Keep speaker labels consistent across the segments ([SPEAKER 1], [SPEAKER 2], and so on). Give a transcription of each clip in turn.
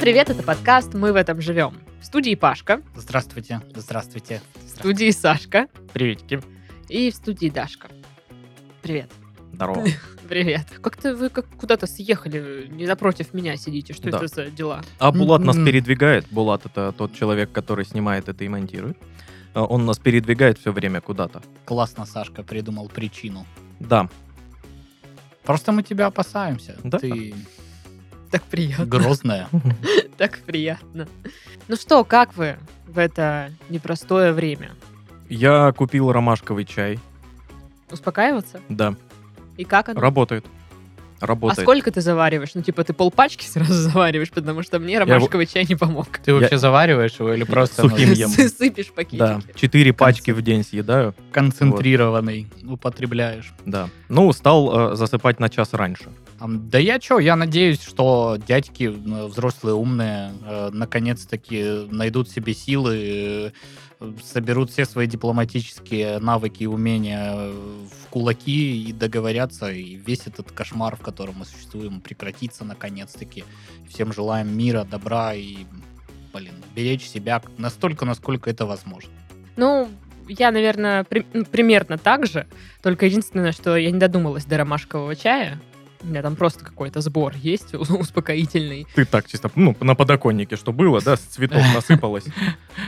[SPEAKER 1] привет, это подкаст «Мы в этом живем». В студии Пашка,
[SPEAKER 2] Здравствуйте, здравствуйте.
[SPEAKER 1] в студии Сашка
[SPEAKER 3] Приветики.
[SPEAKER 1] и в студии Дашка. Привет.
[SPEAKER 3] Здорово.
[SPEAKER 1] Привет. Как-то вы как куда-то съехали, не напротив меня сидите. Что
[SPEAKER 3] Да.
[SPEAKER 1] это за дела?
[SPEAKER 3] А Булат нас
[SPEAKER 2] М-м.
[SPEAKER 3] передвигает. Булат это тот человек, который снимает это и монтирует. А Он нас передвигает все время куда-то.
[SPEAKER 2] Классно, Сашка придумал причину.
[SPEAKER 3] Да.
[SPEAKER 2] Просто мы тебя опасаемся.
[SPEAKER 3] Да?
[SPEAKER 2] Ты
[SPEAKER 1] Так приятно.
[SPEAKER 2] грозная.
[SPEAKER 1] Так приятно. Ну что, как вы в это непростое время?
[SPEAKER 3] Я купил ромашковый чай.
[SPEAKER 1] Успокаиваться?
[SPEAKER 3] Да.
[SPEAKER 1] И как оно?
[SPEAKER 3] Работает.
[SPEAKER 1] А
[SPEAKER 3] Работает.
[SPEAKER 1] сколько ты завариваешь? Ну, типа, ты полпачки сразу завариваешь, потому что мне
[SPEAKER 3] его-
[SPEAKER 1] ромашковый чай не помог.
[SPEAKER 2] Ты
[SPEAKER 3] Я-
[SPEAKER 2] вообще завариваешь его или просто ну,
[SPEAKER 3] Сухим ем.
[SPEAKER 1] Сыпешь пакетики.
[SPEAKER 3] Да. Четыре пачки в день съедаю.
[SPEAKER 2] концентрированный употребляешь?
[SPEAKER 3] Да. Ну, стал э, засыпать на час раньше.
[SPEAKER 2] А, Да я чё, я надеюсь, что дядьки э, взрослые, умные, э, наконец-таки найдут себе силы, э, соберут все свои дипломатические навыки и умения э, в кулаки и договорятся, и весь этот кошмар, в котором мы существуем, прекратится наконец-таки. Всем желаем мира, добра и, блин, беречь себя настолько, насколько это возможно.
[SPEAKER 1] Ну, я, наверное, при- ну, примерно так же. Только единственное, что я не додумалась до ромашкового чая. У меня там просто какой-то сбор есть у- успокоительный.
[SPEAKER 3] Ты так чисто, ну, на подоконнике, что было, да, с цветов насыпалось.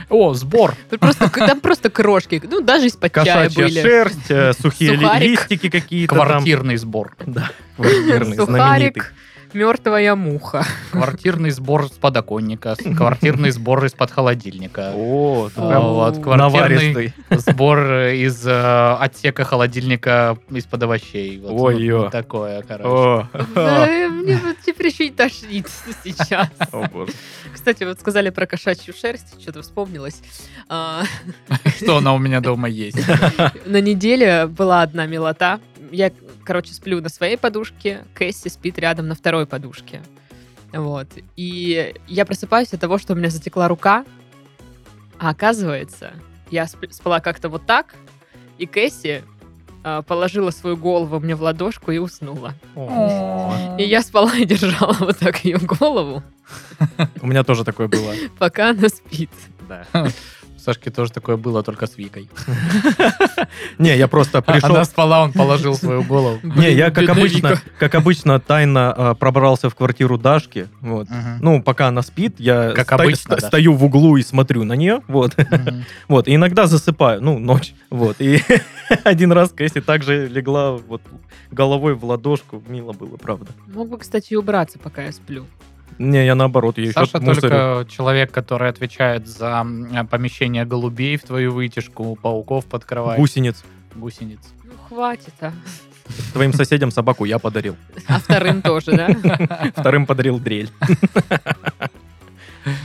[SPEAKER 2] О, сбор!
[SPEAKER 1] Тут просто, к- там просто крошки. Ну, даже из-под чая
[SPEAKER 3] Кошачья
[SPEAKER 1] были.
[SPEAKER 3] шерсть, э, сухие ли-
[SPEAKER 1] Сухарик.
[SPEAKER 3] листики какие-то там.
[SPEAKER 2] Квартирный сбор.
[SPEAKER 3] Да, квартирный, знаменитый.
[SPEAKER 1] Сухарик, мертвая муха.
[SPEAKER 2] Квартирный сбор с подоконника, с- квартирный сбор из-под холодильника.
[SPEAKER 3] О,
[SPEAKER 1] О.
[SPEAKER 3] да.
[SPEAKER 2] А, Вот, квартирный
[SPEAKER 3] Наваристый.
[SPEAKER 2] сбор э, из э, отсека холодильника из-под овощей. Вот,
[SPEAKER 3] Ой,
[SPEAKER 2] ну,
[SPEAKER 3] ё.
[SPEAKER 2] Такое, короче.
[SPEAKER 3] О,
[SPEAKER 1] Да, Мне вот теперь еще и тошнит сейчас.
[SPEAKER 3] о боже.
[SPEAKER 1] Кстати, вот сказали про кошачью шерсть, что-то вспомнилось. А,
[SPEAKER 2] Что она у меня дома есть.
[SPEAKER 1] На неделе была одна милота. Я, короче, сплю на своей подушке, Кэсси спит рядом на второй подушке. Вот. И я просыпаюсь от того, что у меня затекла рука. А оказывается, я сп- спала как-то вот так, и Кэсси а, положила свою голову мне в ладошку и уснула. И я спала и держала вот так ее голову,
[SPEAKER 3] У меня тоже такое было.
[SPEAKER 1] пока она спит.
[SPEAKER 2] У Сашки тоже такое было, только с Викой.
[SPEAKER 3] Не, я просто пришел...
[SPEAKER 2] Она спала, он положил свою голову.
[SPEAKER 3] Не, я как
[SPEAKER 1] Бедная
[SPEAKER 3] обычно,
[SPEAKER 1] Вика.
[SPEAKER 3] как обычно тайно э, пробрался в квартиру Дашки. Вот.
[SPEAKER 2] Мгм.
[SPEAKER 3] Ну, пока она спит, я
[SPEAKER 2] Как
[SPEAKER 3] ста-
[SPEAKER 2] обычно,
[SPEAKER 3] ста-
[SPEAKER 2] да.
[SPEAKER 3] стою в углу и смотрю на нее. Вот.
[SPEAKER 2] Мгм.
[SPEAKER 3] Вот. И иногда засыпаю. Ну, ночь. Вот. И один раз Кэсси также легла вот головой в ладошку. Мило было, правда.
[SPEAKER 1] Мог бы, кстати, и убраться, пока я сплю.
[SPEAKER 3] Не, я наоборот, ее еще
[SPEAKER 2] Саша только человек, который отвечает за м, помещение голубей в твою вытяжку, пауков под кровать,
[SPEAKER 3] гусениц.
[SPEAKER 2] гусениц.
[SPEAKER 1] Ну, хватит, а.
[SPEAKER 3] Твоим соседям собаку я подарил.
[SPEAKER 1] А вторым тоже, да?
[SPEAKER 3] Вторым подарил дрель.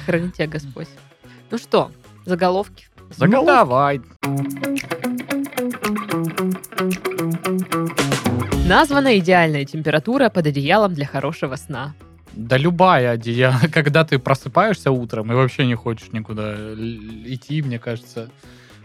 [SPEAKER 1] Храни тебя Господь. Ну что, заголовки?
[SPEAKER 2] Ну, давай.
[SPEAKER 1] Названа идеальная температура под одеялом для хорошего сна.
[SPEAKER 2] Да любая одеяло. Когда ты просыпаешься утром и вообще не хочешь никуда л- идти, мне кажется,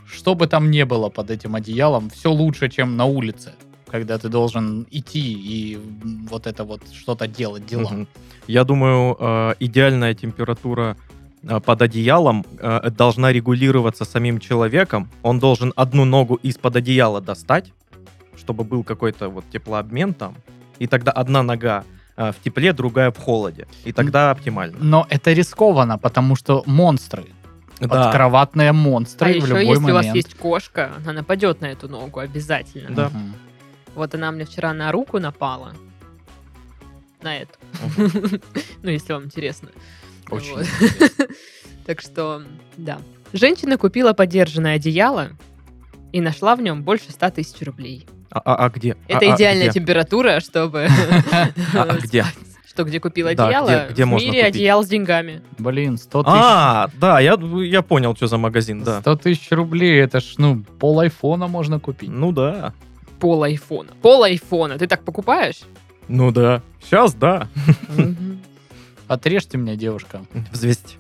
[SPEAKER 2] что бы там ни было под этим одеялом, все лучше, чем на улице, когда ты должен идти и м, вот это вот что-то делать, дела.
[SPEAKER 3] Мгм. Я думаю, э, идеальная температура э, под одеялом э, должна регулироваться самим человеком. Он должен одну ногу из-под одеяла достать, чтобы был какой-то вот теплообмен там. И тогда одна нога э, в тепле, другая в холоде. И тогда оптимально.
[SPEAKER 2] Но это рискованно, потому что монстры,
[SPEAKER 3] Да.
[SPEAKER 2] подкроватные монстры
[SPEAKER 1] а
[SPEAKER 2] в
[SPEAKER 1] еще,
[SPEAKER 2] любой
[SPEAKER 1] если
[SPEAKER 2] момент.
[SPEAKER 1] у вас есть кошка, она нападет на эту ногу обязательно.
[SPEAKER 3] Да.
[SPEAKER 2] Мгм.
[SPEAKER 1] Вот она мне вчера на руку напала. На эту. Ну, если вам интересно.
[SPEAKER 2] Очень
[SPEAKER 1] Вот. Так что, да. Женщина купила подержанное одеяло и нашла в нем больше 100 тысяч рублей.
[SPEAKER 3] А- А а где?
[SPEAKER 1] Это
[SPEAKER 3] А- а
[SPEAKER 1] идеальная
[SPEAKER 3] где?
[SPEAKER 1] температура, чтобы...
[SPEAKER 3] А а где?
[SPEAKER 1] Что, где купил
[SPEAKER 3] Да,
[SPEAKER 1] одеяло?
[SPEAKER 3] где- где
[SPEAKER 1] в
[SPEAKER 3] можно
[SPEAKER 1] мире
[SPEAKER 3] купить?
[SPEAKER 1] одеял с деньгами.
[SPEAKER 2] Блин, 100 тысяч.
[SPEAKER 3] А, да, я, я понял, что за магазин, да.
[SPEAKER 2] 100 тысяч рублей, это ж, ну, пол айфона можно купить.
[SPEAKER 3] Ну да.
[SPEAKER 1] Пол айфона. Пол айфона. Ты так покупаешь?
[SPEAKER 3] Ну да. Сейчас, да.
[SPEAKER 2] Отрежьте мне, девушка,
[SPEAKER 3] Взвесть.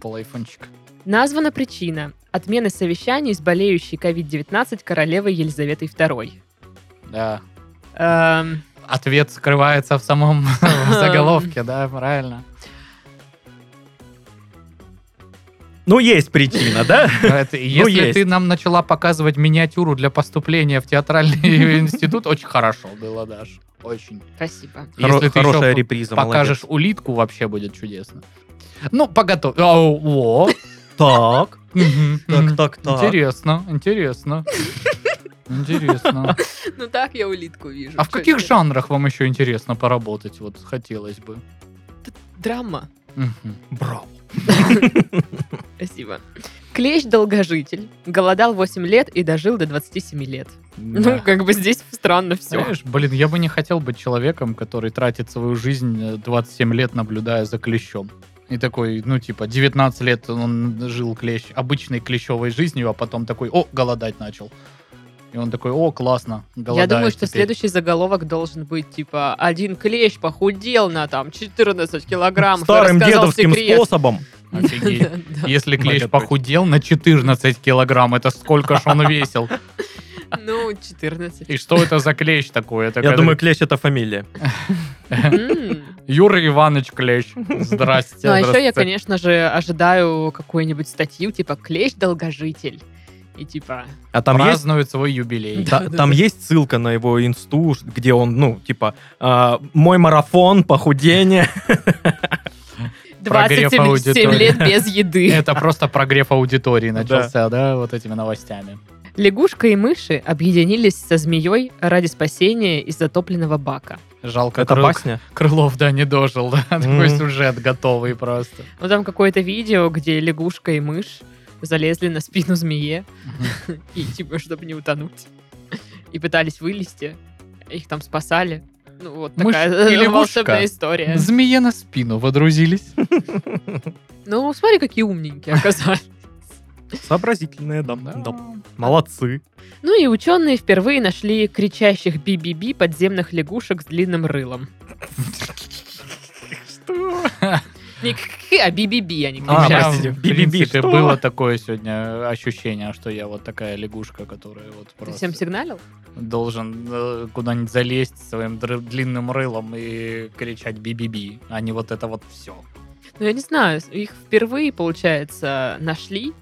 [SPEAKER 2] пол айфончик.
[SPEAKER 1] Названа причина отмены совещаний с болеющей COVID-19 королевой Елизаветой II.
[SPEAKER 2] Да.
[SPEAKER 1] Эм,
[SPEAKER 2] Ответ скрывается в самом заголовке, да, правильно.
[SPEAKER 3] Ну, есть причина, да?
[SPEAKER 2] Это-
[SPEAKER 1] Ну,
[SPEAKER 2] Если
[SPEAKER 3] есть.
[SPEAKER 2] ты нам начала показывать миниатюру для поступления в театральный институт, очень хорошо было, Даш. Очень.
[SPEAKER 1] Спасибо.
[SPEAKER 3] Хоро-
[SPEAKER 2] Если ты еще
[SPEAKER 3] Хорошая
[SPEAKER 2] п-
[SPEAKER 3] реприза,
[SPEAKER 2] покажешь
[SPEAKER 3] молодец.
[SPEAKER 2] улитку, вообще будет чудесно. Ну, поготовь. А, О,
[SPEAKER 3] Так,
[SPEAKER 2] Мгм,
[SPEAKER 3] так,
[SPEAKER 2] мгм.
[SPEAKER 3] так, так.
[SPEAKER 2] Интересно, интересно. Интересно.
[SPEAKER 1] Ну так я улитку вижу.
[SPEAKER 2] А в
[SPEAKER 1] Чё
[SPEAKER 2] каких
[SPEAKER 1] это?
[SPEAKER 2] жанрах вам еще интересно поработать? Вот хотелось бы.
[SPEAKER 1] Драма.
[SPEAKER 2] Мгм.
[SPEAKER 3] Браво.
[SPEAKER 1] Спасибо. Клещ-долгожитель. Голодал 8 лет и дожил до 27 лет. Ну,
[SPEAKER 2] Да.
[SPEAKER 1] как бы здесь странно все.
[SPEAKER 2] Знаешь, блин, я бы не хотел быть человеком, который тратит свою жизнь э, 27 лет, наблюдая за клещом. И такой, ну, типа, 19 лет он жил клещ, обычной клещевой жизнью, а потом такой, о, голодать начал. И он такой, о, классно,
[SPEAKER 1] Я
[SPEAKER 2] голодаю
[SPEAKER 1] думаю, что
[SPEAKER 2] теперь».
[SPEAKER 1] следующий заголовок должен быть, типа, один клещ похудел на, там, 14 килограммов. и
[SPEAKER 3] Старым
[SPEAKER 1] рассказал
[SPEAKER 3] дедовским
[SPEAKER 1] секрет».
[SPEAKER 3] способом.
[SPEAKER 2] Офигеть.
[SPEAKER 1] Да.
[SPEAKER 2] Если клещ
[SPEAKER 3] Магототь.
[SPEAKER 2] похудел на 14 килограмм, это сколько ж он весил?
[SPEAKER 1] Ну, 14.
[SPEAKER 2] И что это за клещ такой? Это
[SPEAKER 3] Я
[SPEAKER 2] когда-
[SPEAKER 3] думаю, клещ это фамилия.
[SPEAKER 1] М.
[SPEAKER 2] Юра Иванович Клещ. Здрасте.
[SPEAKER 1] Ну, а еще я,
[SPEAKER 2] здрасте.
[SPEAKER 1] конечно же, ожидаю какую-нибудь статью, типа, клещ-долгожитель. И типа,
[SPEAKER 3] А там есть
[SPEAKER 2] Празднует свой юбилей.
[SPEAKER 3] Та- Там есть ссылка на его инсту, ш- где он, ну, типа, а, мой марафон, похудение.
[SPEAKER 1] 27
[SPEAKER 2] Прогрев
[SPEAKER 1] семь
[SPEAKER 2] аудитории.
[SPEAKER 1] лет без еды.
[SPEAKER 2] Это просто прогрев аудитории начался, да, вот этими новостями.
[SPEAKER 1] Лягушка и мыши объединились со змеей ради спасения из затопленного бака.
[SPEAKER 2] Жалко,
[SPEAKER 3] Это
[SPEAKER 2] Крыл-
[SPEAKER 3] басня.
[SPEAKER 2] Крылов, да, не дожил, да. Такой
[SPEAKER 3] Мгм.
[SPEAKER 2] сюжет готовый просто.
[SPEAKER 1] Ну, там какое-то видео, где лягушка и мышь залезли на спину змее, и типа, чтобы не утонуть. И пытались вылезти. Их там спасали. Ну, вот
[SPEAKER 2] Мышь
[SPEAKER 1] такая
[SPEAKER 2] и лягушка.
[SPEAKER 1] волшебная
[SPEAKER 3] Э.
[SPEAKER 1] история.
[SPEAKER 2] Змея на спину водрузились.
[SPEAKER 1] Ну, смотри, какие умненькие оказались.
[SPEAKER 3] Сообразительная, да. да. Молодцы.
[SPEAKER 1] Ну и ученые впервые нашли кричащих би-би-би подземных лягушек с длинным рылом.
[SPEAKER 2] Что?
[SPEAKER 1] Не «кх-кх», а би-би-би они
[SPEAKER 2] У
[SPEAKER 3] А,
[SPEAKER 2] меня,
[SPEAKER 1] кричат.
[SPEAKER 3] простите,
[SPEAKER 2] в
[SPEAKER 3] би-би-би,
[SPEAKER 2] принципе,
[SPEAKER 3] что?
[SPEAKER 2] было такое сегодня ощущение, что я вот такая лягушка, которая вот
[SPEAKER 1] Ты
[SPEAKER 2] просто
[SPEAKER 1] всем сигналил?
[SPEAKER 2] должен э, куда-нибудь залезть своим дры- длинным рылом и кричать би-би-би, а не вот это вот все.
[SPEAKER 1] Ну, я не знаю, их впервые, получается, нашли.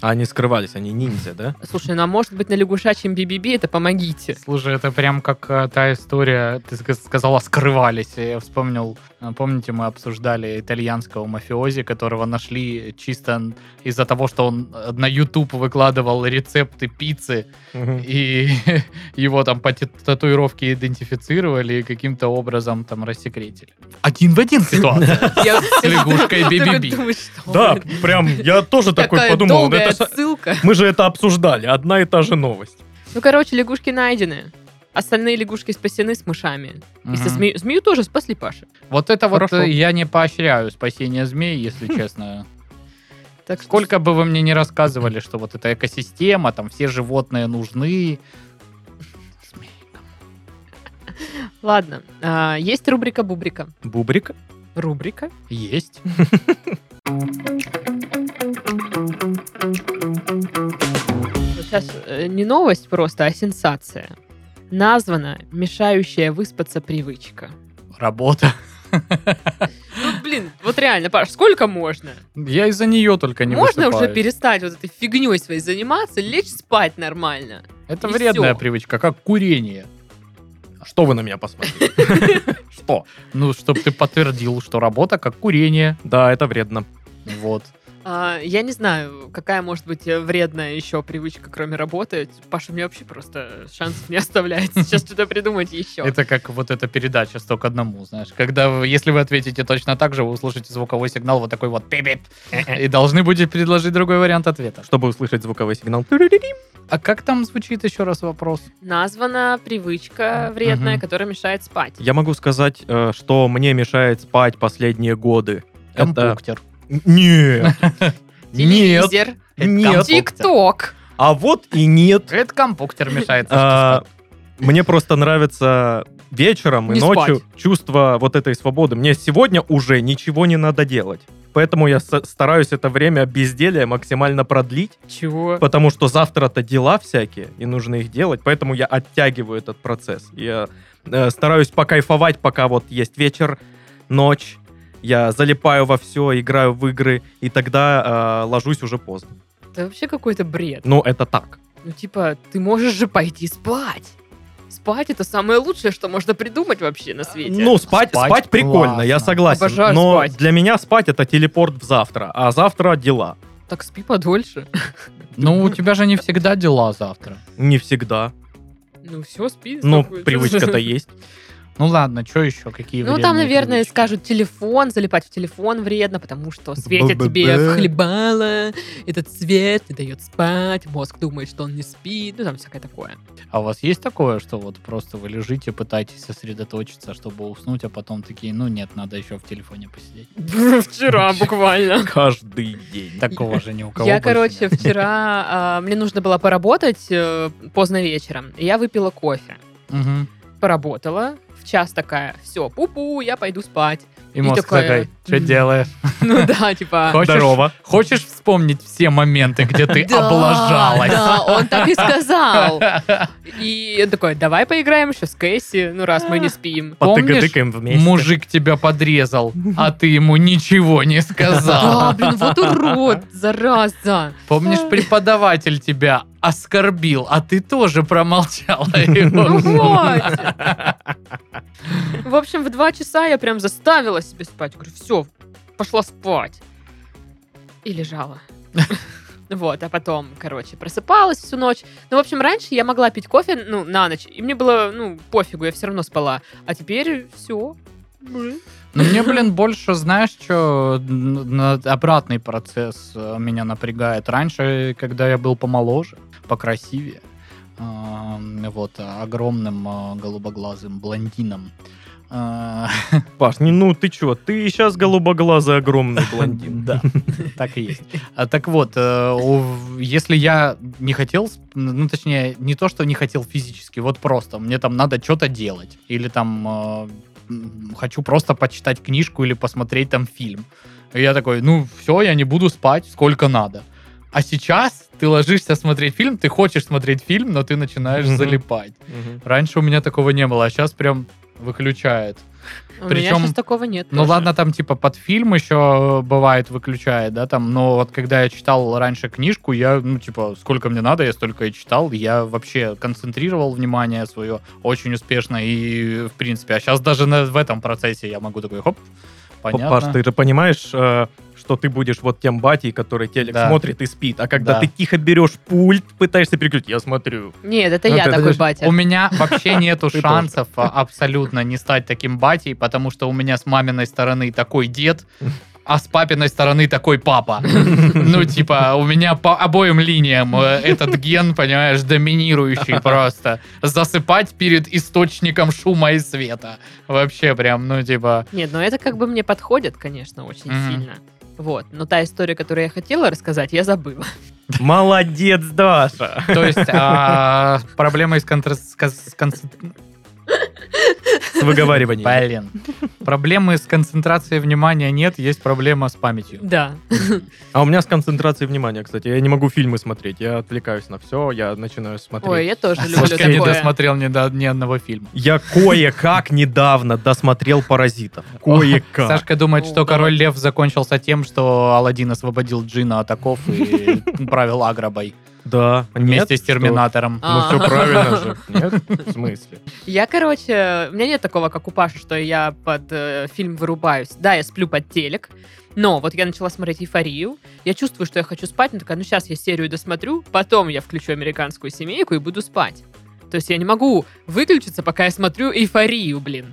[SPEAKER 3] А Они скрывались, они ниндзя, да?
[SPEAKER 1] Слушай, ну а может быть на лягушачьем би-би-би это помогите?
[SPEAKER 2] Слушай, это прям как э, та история, ты ска- сказала, скрывались. Я вспомнил, э, помните, мы обсуждали итальянского мафиози, которого нашли чисто из-за того, что он э, на YouTube выкладывал рецепты пиццы, и его там по те- татуировке идентифицировали и каким-то образом там рассекретили. Один в один ситуация.
[SPEAKER 1] Я
[SPEAKER 2] С лягушкой би-би-би.
[SPEAKER 1] Думаю, что
[SPEAKER 3] Да,
[SPEAKER 1] это?
[SPEAKER 3] прям, я тоже такой
[SPEAKER 1] ну, Такая
[SPEAKER 3] подумал. Ну,
[SPEAKER 1] долгая
[SPEAKER 3] это с-
[SPEAKER 1] отсылка.
[SPEAKER 3] Мы же это обсуждали, одна и та же новость.
[SPEAKER 1] Ну, короче, лягушки найдены. Остальные лягушки спасены с мышами. И со
[SPEAKER 2] Мгм.
[SPEAKER 1] змею. Змею тоже спасли Паша.
[SPEAKER 2] Вот это вот
[SPEAKER 3] Хорошо.
[SPEAKER 2] э, я не поощряю спасение змей, если честно.
[SPEAKER 1] Так что-
[SPEAKER 2] Сколько бы вы мне не рассказывали, что вот эта экосистема, там все животные нужны.
[SPEAKER 1] Ладно. а, Есть рубрика Бубрика.
[SPEAKER 3] Бубрик?
[SPEAKER 1] Рубрика?
[SPEAKER 2] Есть.
[SPEAKER 1] Сейчас э, не новость просто, а сенсация. Названа мешающая выспаться привычка.
[SPEAKER 2] Работа.
[SPEAKER 1] Ну, блин, вот реально, Паш, сколько можно?
[SPEAKER 2] Я из-за нее только не
[SPEAKER 1] можно уже
[SPEAKER 2] высыпаюсь.
[SPEAKER 1] перестать вот этой фигней своей заниматься, лечь спать нормально?
[SPEAKER 2] Это
[SPEAKER 1] и
[SPEAKER 2] вредная
[SPEAKER 1] всё.
[SPEAKER 2] привычка, как курение.
[SPEAKER 3] Что вы на меня посмотрели? Что?
[SPEAKER 2] Ну, чтобы ты подтвердил, что работа как курение.
[SPEAKER 3] Да, это вредно.
[SPEAKER 2] Вот.
[SPEAKER 1] А, я не знаю, какая может быть э, вредная еще привычка, кроме работы. Паша мне вообще просто шансов не оставляет сейчас что-то придумать еще.
[SPEAKER 2] Это как вот эта передача «Сто к одному», знаешь. Когда, вы- если вы ответите точно так же, вы услышите звуковой сигнал вот такой вот «пип-пип», и должны будете предложить другой вариант ответа.
[SPEAKER 3] Чтобы услышать звуковой сигнал.
[SPEAKER 2] А как там звучит еще раз вопрос?
[SPEAKER 1] Названа привычка вредная,
[SPEAKER 2] Мгм.
[SPEAKER 1] которая мешает спать.
[SPEAKER 3] Я могу сказать, э, что мне мешает спать последние годы. Это...
[SPEAKER 2] Компуктер.
[SPEAKER 3] Нет. Нет.
[SPEAKER 1] Телевизор,
[SPEAKER 3] Нет.
[SPEAKER 1] ТикТок.
[SPEAKER 3] А вот и нет.
[SPEAKER 2] Это компуктер мешает.
[SPEAKER 3] А, Мне просто нравится вечером и
[SPEAKER 1] Не
[SPEAKER 3] ночью чувство вот этой свободы. Мне сегодня уже ничего не надо делать. Поэтому я со- стараюсь это время безделия максимально продлить,
[SPEAKER 1] Чего?
[SPEAKER 3] потому что завтра-то дела всякие, и нужно их делать, поэтому я оттягиваю этот процесс. Я э, стараюсь покайфовать, пока вот есть вечер, ночь, я залипаю во все, играю в игры, и тогда э, ложусь уже поздно.
[SPEAKER 1] Это вообще какой-то бред.
[SPEAKER 3] Ну, это так.
[SPEAKER 1] Ну, типа, ты можешь же пойти спать. Спать это самое лучшее, что можно придумать вообще на свете.
[SPEAKER 3] Ну, спать,
[SPEAKER 2] Спать
[SPEAKER 3] спать, прикольно, я
[SPEAKER 2] классно.
[SPEAKER 3] согласен.
[SPEAKER 1] Обожаю
[SPEAKER 3] но
[SPEAKER 1] спать.
[SPEAKER 3] для меня спать это телепорт в завтра, а завтра дела.
[SPEAKER 1] так спи подольше.
[SPEAKER 2] Ну, у тебя же не всегда дела завтра.
[SPEAKER 3] Не всегда.
[SPEAKER 1] Ну, все, спи.
[SPEAKER 3] Но
[SPEAKER 1] спокойно.
[SPEAKER 3] привычка-то есть.
[SPEAKER 2] Ну ладно, что еще? Какие
[SPEAKER 1] Ну, там,
[SPEAKER 2] вредные
[SPEAKER 1] наверное,
[SPEAKER 2] привычки?
[SPEAKER 1] скажут телефон, залипать в телефон вредно, потому что светит
[SPEAKER 2] Б-б-б.
[SPEAKER 1] тебе в хлебало, этот свет не дает спать, мозг думает, что он не спит, ну, там всякое такое.
[SPEAKER 2] А у вас есть такое, что вот просто вы лежите, пытаетесь сосредоточиться, чтобы уснуть, а потом такие, ну нет, надо еще в телефоне посидеть.
[SPEAKER 1] Вчера буквально.
[SPEAKER 3] Каждый день.
[SPEAKER 2] Такого же ни у кого
[SPEAKER 1] Я,
[SPEAKER 2] больше
[SPEAKER 1] короче,
[SPEAKER 2] нет.
[SPEAKER 1] вчера, а, мне нужно было поработать э, поздно вечером, и я выпила кофе.
[SPEAKER 2] Мгм.
[SPEAKER 1] Поработала, в час такая, все, пупу, я пойду спать.
[SPEAKER 2] И мозг
[SPEAKER 1] такое,
[SPEAKER 2] такой, что
[SPEAKER 1] «М,
[SPEAKER 2] делаешь?
[SPEAKER 1] Ну да, типа...
[SPEAKER 2] Хочешь-
[SPEAKER 3] Здорово.
[SPEAKER 2] Хочешь вспомнить все моменты, где ты
[SPEAKER 1] да,
[SPEAKER 2] облажалась?
[SPEAKER 1] Да, он так и сказал. И он такой, давай поиграем еще с Кэсси, ну раз мы не спим.
[SPEAKER 2] Помнишь,
[SPEAKER 3] Потыкадыкаем вместе.
[SPEAKER 2] мужик тебя подрезал, а ты ему ничего не
[SPEAKER 1] Да,
[SPEAKER 2] сказал.
[SPEAKER 1] блин, вот урод, зараза.
[SPEAKER 2] Помнишь, преподаватель тебя оскорбил, а ты тоже промолчала. и
[SPEAKER 1] Ну
[SPEAKER 2] ушла.
[SPEAKER 1] вот. В общем, в два часа я прям заставила себя спать. Говорю, все, пошла спать. И лежала. Вот, а потом, короче, просыпалась всю ночь. Ну, в общем, раньше я могла пить кофе, ну, на ночь, и мне было, ну, пофигу, я все равно спала. А теперь все.
[SPEAKER 2] Ну, мне, блин, больше, знаешь, что обратный процесс э, меня напрягает. Раньше, когда я был помоложе, покрасивее, эм, вот, э, огромным э, голубоглазым блондином, э,
[SPEAKER 3] Паш, не, ну ты чё, ты сейчас голубоглазый огромный блондин.
[SPEAKER 2] Да, так и есть. А, Так вот, э, у- если я не хотел, сп- ну, точнее, не то, что не хотел физически, вот просто, мне там надо что-то делать. Или там э, м, хочу просто почитать книжку или посмотреть там фильм. И я такой, ну, все, я не буду спать, сколько надо. А сейчас ты ложишься смотреть фильм, ты хочешь смотреть фильм, но ты начинаешь
[SPEAKER 3] Мгм.
[SPEAKER 2] залипать.
[SPEAKER 3] Мгм.
[SPEAKER 2] Раньше у меня такого не было, а сейчас прям выключает.
[SPEAKER 1] У меня
[SPEAKER 2] Причём-
[SPEAKER 1] сейчас такого нет.
[SPEAKER 2] Ну
[SPEAKER 1] тоже.
[SPEAKER 2] ладно, там типа под фильм еще бывает выключает, да, там, но вот когда я читал раньше книжку, я, ну типа, сколько мне надо, я столько и читал, я вообще концентрировал внимание свое очень успешно и, в принципе, а сейчас даже на- в этом процессе я могу такой, хоп, понятно.
[SPEAKER 3] Паш, ты же понимаешь, э, что ты будешь вот тем батей, который телек
[SPEAKER 2] Да.
[SPEAKER 3] смотрит и спит, а когда
[SPEAKER 2] Да.
[SPEAKER 3] ты тихо берешь пульт, пытаешься переключить, я смотрю.
[SPEAKER 1] Нет, это
[SPEAKER 2] Ну,
[SPEAKER 1] я
[SPEAKER 2] ты-
[SPEAKER 1] такой
[SPEAKER 2] ты-
[SPEAKER 1] батя.
[SPEAKER 2] У меня вообще нету
[SPEAKER 3] Ты
[SPEAKER 2] шансов а, абсолютно не стать таким батей, потому что у меня с маминой стороны такой дед, а с папиной стороны такой папа. Ну, типа, у меня по обоим линиям э, этот ген, понимаешь, доминирующий просто. Засыпать перед источником шума и света. Вообще прям, ну, типа...
[SPEAKER 1] Нет, но это как бы мне подходит, конечно, очень
[SPEAKER 2] Мгм.
[SPEAKER 1] сильно. Вот, но та история, которую я хотела рассказать, я забыла.
[SPEAKER 3] Молодец, Даша.
[SPEAKER 2] То есть, а, проблема из контра- с кон- с концен-
[SPEAKER 3] С выговариванием.
[SPEAKER 2] Блин. Проблемы с концентрацией внимания нет, есть проблема с памятью.
[SPEAKER 1] Да.
[SPEAKER 3] А у меня с концентрацией внимания, кстати. Я не могу фильмы смотреть, я отвлекаюсь на все, я начинаю смотреть.
[SPEAKER 1] Ой, я тоже люблю
[SPEAKER 2] Сашка не
[SPEAKER 1] такое.
[SPEAKER 2] досмотрел ни, до- ни одного фильма.
[SPEAKER 3] Я кое-как недавно досмотрел «Паразитов». Кое-как.
[SPEAKER 2] Сашка думает,
[SPEAKER 1] Ну,
[SPEAKER 2] что
[SPEAKER 1] давай.
[SPEAKER 2] король Лев закончился тем, что Алладин освободил Джина от оков и правил Агробой
[SPEAKER 3] Да.
[SPEAKER 2] вместе
[SPEAKER 3] Нет,
[SPEAKER 2] с Терминатором.
[SPEAKER 1] А.
[SPEAKER 3] что? Ну все правильно же. Нет, в смысле?
[SPEAKER 1] Я, короче, у меня нет такого, как у Паши, что я под э, фильм вырубаюсь. Да, я сплю под телек, но вот я начала смотреть «Эйфорию», я чувствую, что я хочу спать, но такая, ну сейчас я серию досмотрю, потом я включу «Американскую семейку» и буду спать. То есть я не могу выключиться, пока я смотрю «Эйфорию», блин.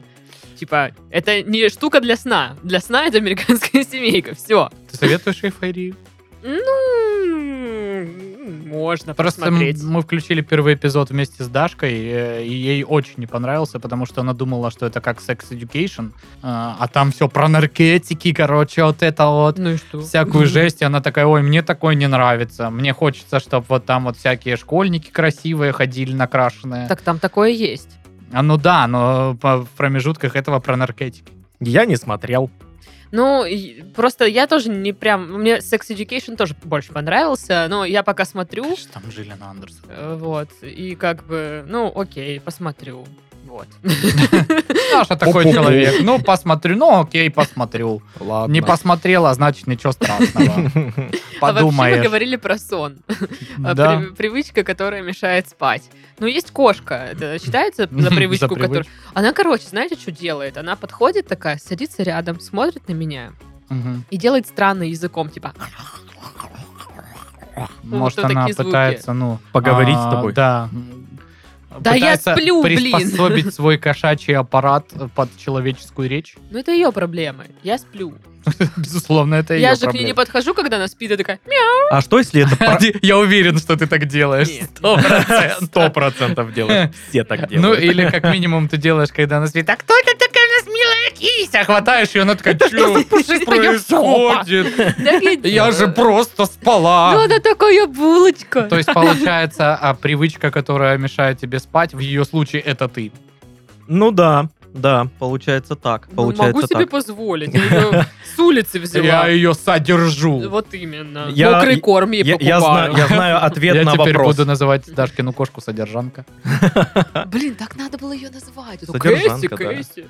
[SPEAKER 1] Типа, это не штука для сна. Для сна это «Американская семейка», все.
[SPEAKER 2] Ты советуешь эйфорию?
[SPEAKER 1] Ну, можно
[SPEAKER 2] Просто м-
[SPEAKER 1] посмотреть.
[SPEAKER 2] мы включили первый эпизод вместе с Дашкой, э, и ей очень не понравился, потому что она думала, что это как секс education, э, а там все про наркотики, короче, вот это вот.
[SPEAKER 1] Ну и что?
[SPEAKER 2] всякую жесть, и она такая, ой, мне такое не нравится, мне хочется, чтобы вот там вот всякие школьники красивые ходили накрашенные.
[SPEAKER 1] Так там такое есть.
[SPEAKER 2] А ну да, но по- в промежутках этого про наркотики.
[SPEAKER 3] Я не смотрел.
[SPEAKER 1] Ну, и- просто я тоже не прям... Мне Sex Education тоже больше понравился, но я пока смотрю,
[SPEAKER 2] Там Джиллиан Андерсон.
[SPEAKER 1] э, вот, и как бы, ну, окей, посмотрю. Вот.
[SPEAKER 2] Саша такой
[SPEAKER 3] Пу-пу-пу.
[SPEAKER 2] человек. Ну, посмотрю. Ну, окей, посмотрю.
[SPEAKER 3] Ладно.
[SPEAKER 2] Не посмотрела, значит, ничего страшного.
[SPEAKER 1] А вообще мы
[SPEAKER 2] Подумаешь.
[SPEAKER 1] говорили про сон. А,
[SPEAKER 2] Да.
[SPEAKER 1] при- Привычка, которая мешает спать. Ну, есть кошка. Это считается за привычку, которая...
[SPEAKER 2] привычку.
[SPEAKER 1] Она, короче, знаете, что делает? Она подходит такая, садится рядом, смотрит на меня
[SPEAKER 2] Мгм.
[SPEAKER 1] и делает странный языком, типа...
[SPEAKER 2] Может,
[SPEAKER 1] вот
[SPEAKER 2] она
[SPEAKER 1] такие звуки.
[SPEAKER 2] пытается, ну...
[SPEAKER 3] Поговорить с
[SPEAKER 2] а,
[SPEAKER 3] тобой.
[SPEAKER 2] Да.
[SPEAKER 1] Да я
[SPEAKER 2] Пытается
[SPEAKER 1] сплю, блин.
[SPEAKER 2] приспособить свой кошачий аппарат под человеческую речь.
[SPEAKER 1] Ну, это ее проблемы. Я сплю.
[SPEAKER 2] Безусловно, это
[SPEAKER 1] Я
[SPEAKER 2] ее
[SPEAKER 1] же к ней не
[SPEAKER 2] проблема.
[SPEAKER 1] подхожу, когда она спит, и такая... «Мяу».
[SPEAKER 3] А что, если это пар-
[SPEAKER 2] Я уверен, что ты так делаешь.
[SPEAKER 1] Нет.
[SPEAKER 2] Сто
[SPEAKER 3] Сто
[SPEAKER 2] процентов.
[SPEAKER 3] процентов делают. Все так
[SPEAKER 2] Ну,
[SPEAKER 3] делают.
[SPEAKER 2] или как минимум ты делаешь, когда она спит, а кто это такая у нас милая кися? Хватаешь ее, она такая, что
[SPEAKER 1] пушистая жопа?»
[SPEAKER 2] происходит?
[SPEAKER 1] Так и
[SPEAKER 2] Я
[SPEAKER 1] делаю.
[SPEAKER 2] же просто
[SPEAKER 3] А.
[SPEAKER 2] спала.
[SPEAKER 1] Ну, она такая булочка.
[SPEAKER 2] То есть, получается, а, привычка, которая мешает тебе спать, в ее случае это ты.
[SPEAKER 3] Ну да, да, получается так.
[SPEAKER 1] Ну,
[SPEAKER 3] Получается
[SPEAKER 1] Могу себе
[SPEAKER 3] так.
[SPEAKER 1] позволить. Я ее с улицы
[SPEAKER 2] Я
[SPEAKER 1] взяла.
[SPEAKER 2] ее содержу.
[SPEAKER 1] Вот именно.
[SPEAKER 3] Я-
[SPEAKER 1] Мокрый корм ей
[SPEAKER 3] Я, я знаю,
[SPEAKER 1] покупаю.
[SPEAKER 3] я знаю ответ
[SPEAKER 2] Я
[SPEAKER 3] на
[SPEAKER 2] теперь
[SPEAKER 3] вопрос.
[SPEAKER 2] буду называть Дашкину кошку содержанка.
[SPEAKER 1] Блин, так надо было ее назвать. Это Кэсси,
[SPEAKER 3] Содержанка, да.
[SPEAKER 1] Кэсси.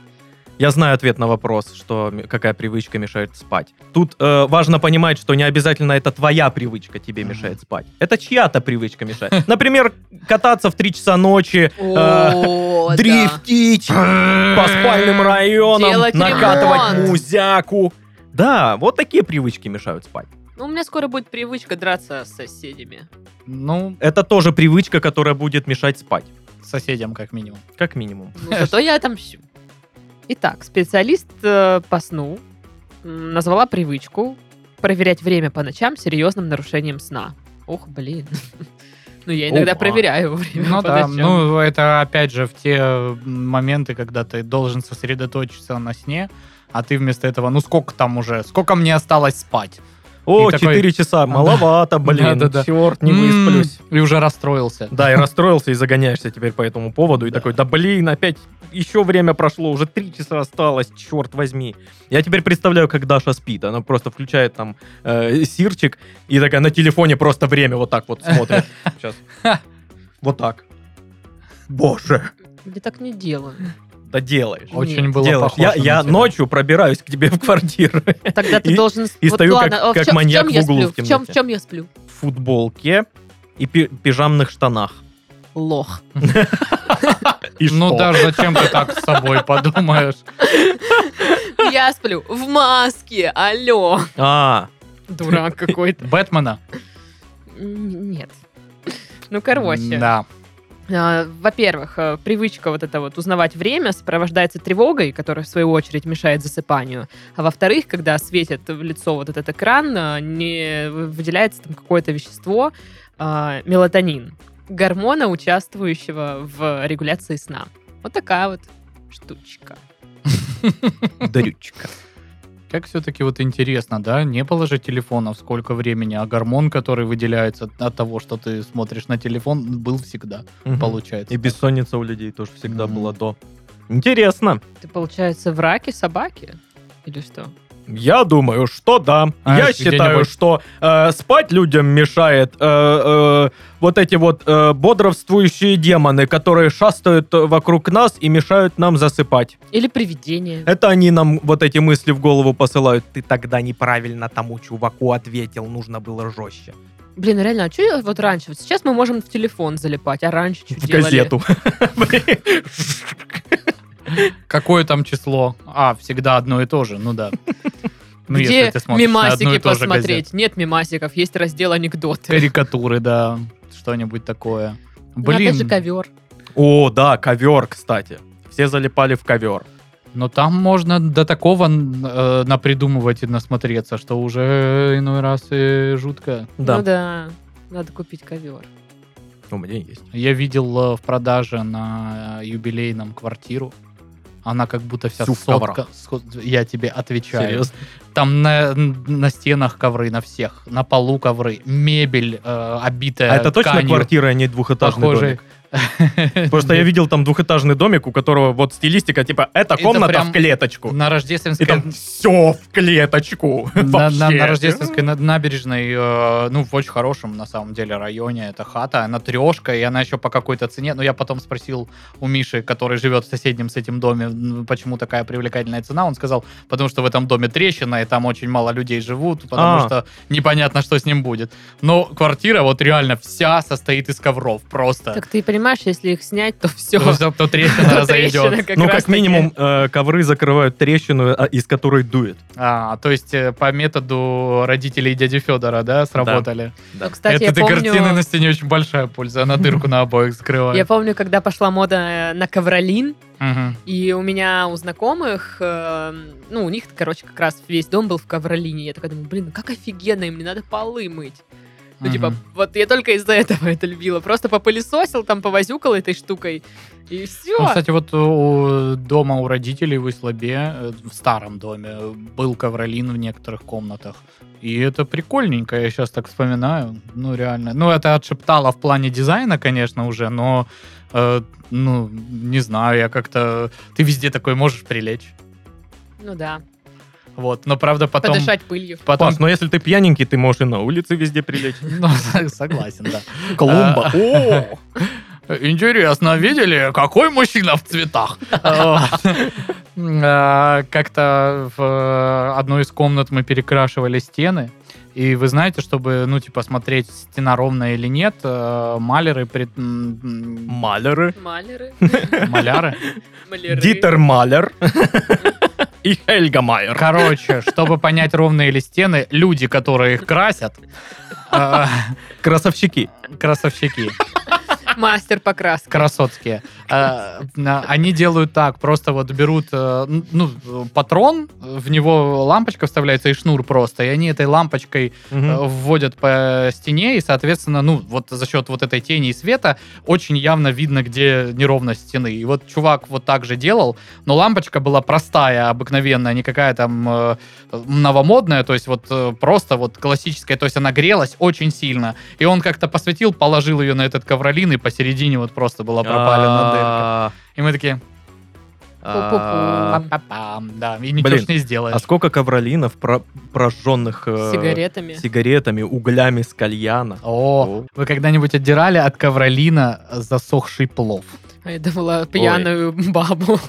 [SPEAKER 3] Я знаю ответ на вопрос, что м- какая привычка мешает спать. Тут э, важно понимать, что не обязательно это твоя привычка тебе
[SPEAKER 2] Мгм.
[SPEAKER 3] мешает спать. Это чья-то привычка мешает. Например, кататься в 3 часа ночи, э,
[SPEAKER 1] О, да.
[SPEAKER 3] дрифтить по спальным районам,
[SPEAKER 1] Делать
[SPEAKER 3] накатывать
[SPEAKER 1] ремонт.
[SPEAKER 3] музяку. Да, вот такие привычки мешают спать.
[SPEAKER 1] Ну, у меня скоро будет привычка драться с соседями.
[SPEAKER 2] Ну,
[SPEAKER 3] Это тоже привычка, которая будет мешать спать.
[SPEAKER 2] соседям как минимум.
[SPEAKER 3] Как минимум.
[SPEAKER 1] Ну, зато я отомщу. Итак, специалист э, по сну м, назвала привычку проверять время по ночам серьезным нарушением сна. Ох, блин. Ну, я иногда
[SPEAKER 2] Опа.
[SPEAKER 1] проверяю время
[SPEAKER 2] Ну
[SPEAKER 1] по
[SPEAKER 2] да,
[SPEAKER 1] ночам.
[SPEAKER 2] ну это опять же в те м, моменты, когда ты должен сосредоточиться на сне, а ты вместо этого, ну сколько там уже, сколько мне осталось спать?
[SPEAKER 3] О,
[SPEAKER 2] И такой,
[SPEAKER 3] 4 часа, маловато, блин,
[SPEAKER 2] Да-да-да.
[SPEAKER 3] черт, не
[SPEAKER 2] М,
[SPEAKER 3] высплюсь.
[SPEAKER 2] И уже расстроился.
[SPEAKER 3] Да, и расстроился, и загоняешься теперь по этому поводу. И такой, да блин, опять еще время прошло, уже три часа осталось, черт возьми. Я теперь представляю, как Даша спит. Она просто включает там э, сирчик, и такая на телефоне просто время вот так вот смотрит. Сейчас. Вот так. Боже.
[SPEAKER 1] Я так не делаю.
[SPEAKER 3] Да делаешь.
[SPEAKER 2] Очень
[SPEAKER 1] Нет.
[SPEAKER 2] было
[SPEAKER 3] Делаешь.
[SPEAKER 2] похоже
[SPEAKER 3] Я,
[SPEAKER 2] на
[SPEAKER 3] я
[SPEAKER 2] тебя.
[SPEAKER 3] ночью пробираюсь к тебе в квартиру
[SPEAKER 1] Тогда ты
[SPEAKER 3] И-
[SPEAKER 1] должен...
[SPEAKER 3] и
[SPEAKER 1] вот
[SPEAKER 3] стою как-
[SPEAKER 1] ладно, а
[SPEAKER 3] как
[SPEAKER 1] в чём-
[SPEAKER 3] маньяк
[SPEAKER 1] в чём я
[SPEAKER 3] в углу
[SPEAKER 1] сплю?
[SPEAKER 3] в
[SPEAKER 1] В чем, в
[SPEAKER 3] темноте.
[SPEAKER 1] чем я сплю?
[SPEAKER 3] в футболке и пи- пижамных штанах.
[SPEAKER 1] Лох.
[SPEAKER 3] И
[SPEAKER 2] Ну
[SPEAKER 3] что?
[SPEAKER 2] даже зачем ты так с собой подумаешь?
[SPEAKER 1] Я сплю в маске. Алло.
[SPEAKER 3] А,
[SPEAKER 1] Дурак какой-то.
[SPEAKER 2] Бэтмена?
[SPEAKER 1] М, Нет. Ну, короче.
[SPEAKER 2] Да.
[SPEAKER 1] А, Во-первых, э, привычка вот эта вот узнавать время сопровождается тревогой, которая в свою очередь мешает засыпанию. А во-вторых, когда светит в лицо вот этот экран, э, не вы- выделяется там какое-то вещество, а, мелатонин, гормона, участвующего в регуляции сна. Вот такая вот штучка.
[SPEAKER 3] дрючка.
[SPEAKER 2] Как все-таки вот интересно, да? Не было же телефонов сколько времени, а гормон, который выделяется от- от того, что ты смотришь на телефон, был всегда, получается.
[SPEAKER 3] И бессонница у людей тоже всегда
[SPEAKER 2] Мгм.
[SPEAKER 3] была до. Интересно.
[SPEAKER 1] Ты, получается, в раке собаки? Или что?
[SPEAKER 3] Я думаю, что да.
[SPEAKER 2] А
[SPEAKER 3] Я
[SPEAKER 2] если
[SPEAKER 3] считаю,
[SPEAKER 2] где-нибудь-
[SPEAKER 3] что э, спать людям мешает э, э, вот эти вот э, бодрствующие демоны, которые шастают э, вокруг нас и мешают нам засыпать.
[SPEAKER 1] Или привидение?
[SPEAKER 3] Это они нам вот эти мысли в голову посылают. Ты тогда неправильно тому чуваку ответил, нужно было жестче.
[SPEAKER 1] Блин, реально, а что вот раньше? Вот сейчас мы можем в телефон залипать, а раньше что
[SPEAKER 3] В газету.
[SPEAKER 2] Какое там число? А, всегда одно и то же, ну да. Ну,
[SPEAKER 1] Где
[SPEAKER 2] если ты смотришь на одну
[SPEAKER 1] мимасики
[SPEAKER 2] и ту же
[SPEAKER 1] посмотреть?
[SPEAKER 2] газету.
[SPEAKER 1] Нет мимасиков, есть раздел анекдоты.
[SPEAKER 2] Карикатуры, да, что-нибудь такое.
[SPEAKER 1] Ну, Опять же
[SPEAKER 2] Блин,
[SPEAKER 1] ковер.
[SPEAKER 3] О, да, ковер, кстати. Все залипали в ковер.
[SPEAKER 2] но ну там можно до такого э, напридумывать и насмотреться, что уже иной раз и жутко.
[SPEAKER 1] Ну да, надо купить ковер.
[SPEAKER 3] У меня есть.
[SPEAKER 2] Я видел э, в продаже на э, юбилейном квартиру. Она как будто вся
[SPEAKER 3] Всю в
[SPEAKER 2] сотка. схо- Я тебе отвечаю.
[SPEAKER 3] Серьезно?
[SPEAKER 2] Там на, на стенах ковры, на всех, на полу ковры, мебель э, обитая
[SPEAKER 3] А это точно
[SPEAKER 2] тканью.
[SPEAKER 3] квартира, а не двухэтажный
[SPEAKER 2] Похоже.
[SPEAKER 3] домик? Потому что я видел там двухэтажный домик, у которого вот стилистика, типа, эта
[SPEAKER 2] Это
[SPEAKER 3] комната
[SPEAKER 2] прям
[SPEAKER 3] в клеточку.
[SPEAKER 2] На
[SPEAKER 3] И
[SPEAKER 2] рождественской...
[SPEAKER 3] там все в клеточку.
[SPEAKER 2] На, на-
[SPEAKER 3] Вообще.
[SPEAKER 2] на рождественской на- набережной, э, ну, в очень хорошем, на самом деле, районе эта хата. Она трешка, и она еще по какой-то цене. Но я потом спросил у Миши, который живет в соседнем с этим доме, м, почему такая привлекательная цена. Он сказал, потому что в этом доме трещина, и там очень мало людей живут, потому
[SPEAKER 3] А.
[SPEAKER 2] что непонятно, что с ним будет. Но квартира вот реально вся состоит из ковров, просто.
[SPEAKER 1] Так ты понимаешь, если их снять, то все.
[SPEAKER 2] Потому что то трещина разойдет.
[SPEAKER 3] Ну, как минимум, э, ковры закрывают трещину, а, из которой дует.
[SPEAKER 2] А, то есть э, по методу родителей дяди Федора, да, сработали?
[SPEAKER 1] Ну, кстати, я
[SPEAKER 2] Этой картины на
[SPEAKER 1] помню,
[SPEAKER 2] стене очень большая польза, она дырку на обоих
[SPEAKER 1] я
[SPEAKER 2] закрывает.
[SPEAKER 1] помню, когда пошла мода э, на ковролин,
[SPEAKER 2] Мгм.
[SPEAKER 1] и у меня у знакомых, э, ну, у них, короче, как раз весь дом был в ковролине. Я такая думаю, блин, ну как офигенно, им не надо полы мыть. Ну, типа,
[SPEAKER 2] Мгм.
[SPEAKER 1] вот я только из-за этого это любила. Просто попылесосил, там, повозюкал этой штукой, и все.
[SPEAKER 2] Ну, кстати, вот у дома у родителей в Ислабе, э, в старом доме, был ковролин в некоторых комнатах. И это прикольненько, я сейчас так вспоминаю. Ну, реально. Ну, это отшептало в плане дизайна, конечно, уже, но, э, ну, не знаю, я как-то... Ты везде такой можешь прилечь.
[SPEAKER 1] Ну да,
[SPEAKER 2] Вот, но правда потом...
[SPEAKER 1] подышать пылью.
[SPEAKER 2] Потом...
[SPEAKER 3] Класс, но если ты пьяненький, ты можешь и на улице везде прилечь.
[SPEAKER 2] Ну, согласен, да. А, Колумба.
[SPEAKER 3] О!
[SPEAKER 2] Интересно, видели, какой мужчина в цветах? Вот. А, Как-то в э, одной из комнат мы перекрашивали стены. И вы знаете, чтобы, ну, типа, смотреть, стена ровная или нет, э, маляры, пред- м,
[SPEAKER 3] Малеры.
[SPEAKER 1] Малеры,
[SPEAKER 2] м, маляры,
[SPEAKER 1] маляры.
[SPEAKER 3] Дитер Малер. И Хельга Майер.
[SPEAKER 2] короче, чтобы понять, ровные ли стены, люди, которые их красят, э,
[SPEAKER 3] Красовщики.
[SPEAKER 2] красовщики,
[SPEAKER 1] Мастер покраски.
[SPEAKER 2] красотские. Э, на- Они делают так, просто вот берут э, н- ну, патрон, в него лампочка вставляется и шнур просто, и они этой лампочкой э,
[SPEAKER 3] Мгм.
[SPEAKER 2] вводят по стене, и, соответственно, ну, вот за счет вот этой тени и света очень явно видно, где неровность стены. И вот чувак вот так же делал, но лампочка была простая, обыкновенная, не какая там э, новомодная, то есть вот э, просто вот классическая, то есть она грелась очень сильно. И он как-то посветил, положил ее на этот ковролин, и посередине вот просто была пропалена дырка.
[SPEAKER 3] А,
[SPEAKER 2] И мы такие,
[SPEAKER 3] а,
[SPEAKER 1] Пу-пу-пу.
[SPEAKER 2] пам, да, и ничего
[SPEAKER 3] Блин,
[SPEAKER 2] ж не сделаешь.
[SPEAKER 3] А сколько ковролинов, про- прожженных э,
[SPEAKER 1] Сигаретами.
[SPEAKER 3] сигаретами, углями с кальяна.
[SPEAKER 2] О,
[SPEAKER 3] О.
[SPEAKER 2] вы когда-нибудь отдирали от ковролина засохший плов?
[SPEAKER 1] А я думала, пьяную бабу.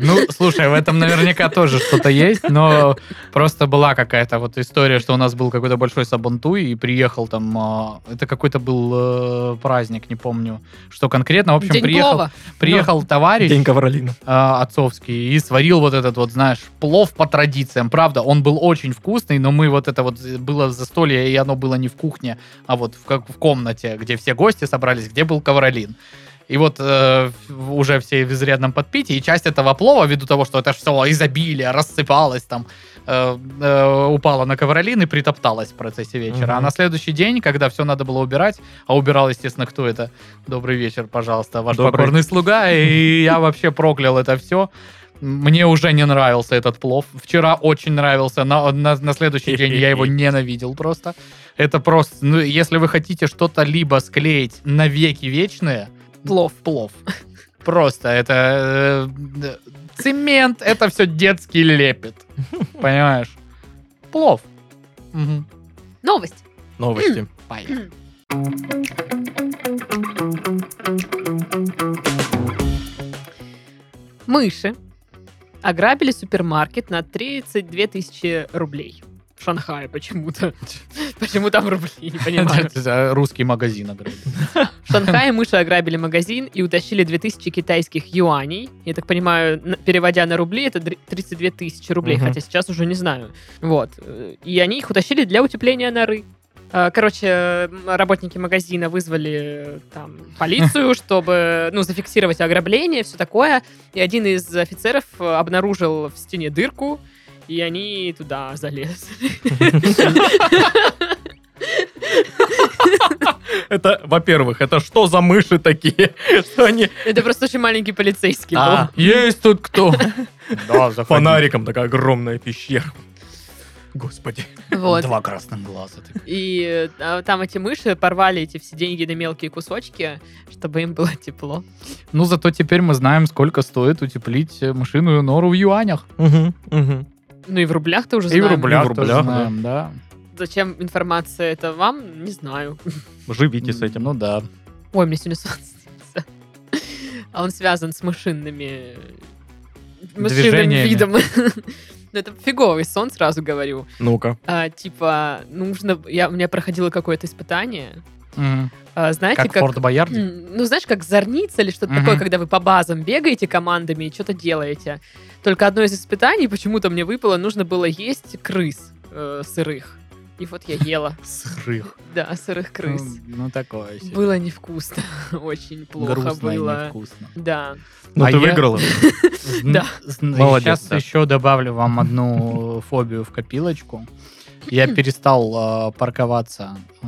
[SPEAKER 2] Ну, слушай, в этом наверняка тоже что-то есть, но просто была какая-то вот история, что у нас был какой-то большой сабантуй, и приехал там, а, это какой-то был э, праздник, не помню, что конкретно. В общем,
[SPEAKER 1] День
[SPEAKER 2] приехал,
[SPEAKER 1] плова.
[SPEAKER 2] приехал товарищ
[SPEAKER 3] День ковролина.
[SPEAKER 2] а, отцовский и сварил вот этот вот, знаешь, плов по традициям. Правда, он был очень вкусный, но мы вот это вот было застолье, и оно было не в кухне, а вот в, как, в комнате, где все гости собрались, где был ковролин. И вот э, в- уже все в изрядном подпитии, и часть этого плова, ввиду того, что это все изобилие, рассыпалось там, э, э, упала на ковролин и притопталась в процессе вечера.
[SPEAKER 3] Мгм.
[SPEAKER 2] А на следующий день, когда все надо было убирать, а убирал, естественно, кто это? Добрый вечер, пожалуйста, ваш
[SPEAKER 3] Добрый.
[SPEAKER 2] покорный слуга. И я вообще проклял это все. Мне уже не нравился этот плов. Вчера очень нравился, на, на- на следующий день я его ненавидел просто. Это просто, ну, если вы хотите что-то либо склеить на веки вечные, плов, плов. Просто это э, цемент, это все детский лепет. Понимаешь? Плов. Мгм.
[SPEAKER 1] Новость.
[SPEAKER 3] Новости.
[SPEAKER 2] Поехали.
[SPEAKER 1] Мыши ограбили супермаркет на 32 тысячи рублей. В Шанхае почему-то. Почему там рубли, не понимаю.
[SPEAKER 2] Это Русский магазин ограбили.
[SPEAKER 1] В Шанхае мыши ограбили магазин и утащили 2000 китайских юаней. Я так понимаю, на- переводя на рубли, это др- 32 тысячи рублей,
[SPEAKER 3] Мгм.
[SPEAKER 1] хотя сейчас уже не знаю. Вот. Э, И они их утащили для утепления норы. А, Короче, м, работники магазина вызвали э, там полицию, чтобы, ну, зафиксировать ограбление, все такое. И один из офицеров э, обнаружил в стене дырку, и они туда залезли.
[SPEAKER 3] Это, во-первых, это что за мыши такие? Что они
[SPEAKER 1] Это просто очень маленький полицейский был.
[SPEAKER 2] А, есть тут кто? Да, заходи.
[SPEAKER 3] фонариком такая огромная пещера.
[SPEAKER 2] Господи.
[SPEAKER 1] Вот.
[SPEAKER 2] Два красных глаза. так.
[SPEAKER 1] И э, там эти мыши порвали эти все деньги на мелкие кусочки, чтобы им было тепло.
[SPEAKER 2] Ну, зато теперь мы знаем, сколько стоит утеплить э, мышиную нору в юанях.
[SPEAKER 3] Мгм, мгм.
[SPEAKER 1] Ну и в рублях ты уже
[SPEAKER 2] И в
[SPEAKER 1] знаем.
[SPEAKER 2] рублях,
[SPEAKER 3] в
[SPEAKER 2] тоже
[SPEAKER 3] рублях, да.
[SPEAKER 2] знаем, да.
[SPEAKER 1] Зачем информация это вам? Не знаю.
[SPEAKER 3] Живите с этим.
[SPEAKER 2] Ну да.
[SPEAKER 1] Ой, мне сегодня сон снился. А он связан с машинными... Машинным
[SPEAKER 2] Движениями.
[SPEAKER 1] видом. Ну, это фиговый сон, сразу говорю.
[SPEAKER 3] Ну-ка.
[SPEAKER 1] А, типа, нужно... Я, у меня проходило какое-то испытание.
[SPEAKER 2] Мгм.
[SPEAKER 1] А, знаете,
[SPEAKER 2] Как
[SPEAKER 1] как...
[SPEAKER 2] в Форт Боярде.
[SPEAKER 1] М, Ну, знаешь, как зорница или что-то
[SPEAKER 2] Мгм.
[SPEAKER 1] такое, когда вы по базам бегаете командами и что-то делаете. Только одно из испытаний почему-то мне выпало, нужно было есть крыс э, сырых. И вот я ела,
[SPEAKER 2] Сырых.
[SPEAKER 1] да, сырых крыс.
[SPEAKER 2] Ну, ну, такое себе.
[SPEAKER 1] Было невкусно, очень плохо
[SPEAKER 2] Грустно и
[SPEAKER 1] было.
[SPEAKER 2] невкусно.
[SPEAKER 1] Да.
[SPEAKER 3] Ну
[SPEAKER 2] А
[SPEAKER 3] ты
[SPEAKER 2] я-
[SPEAKER 3] выиграла.
[SPEAKER 1] Да.
[SPEAKER 3] Молодец,
[SPEAKER 2] Сейчас
[SPEAKER 3] да.
[SPEAKER 2] еще добавлю вам одну фобию в копилочку. Я перестал э, парковаться э,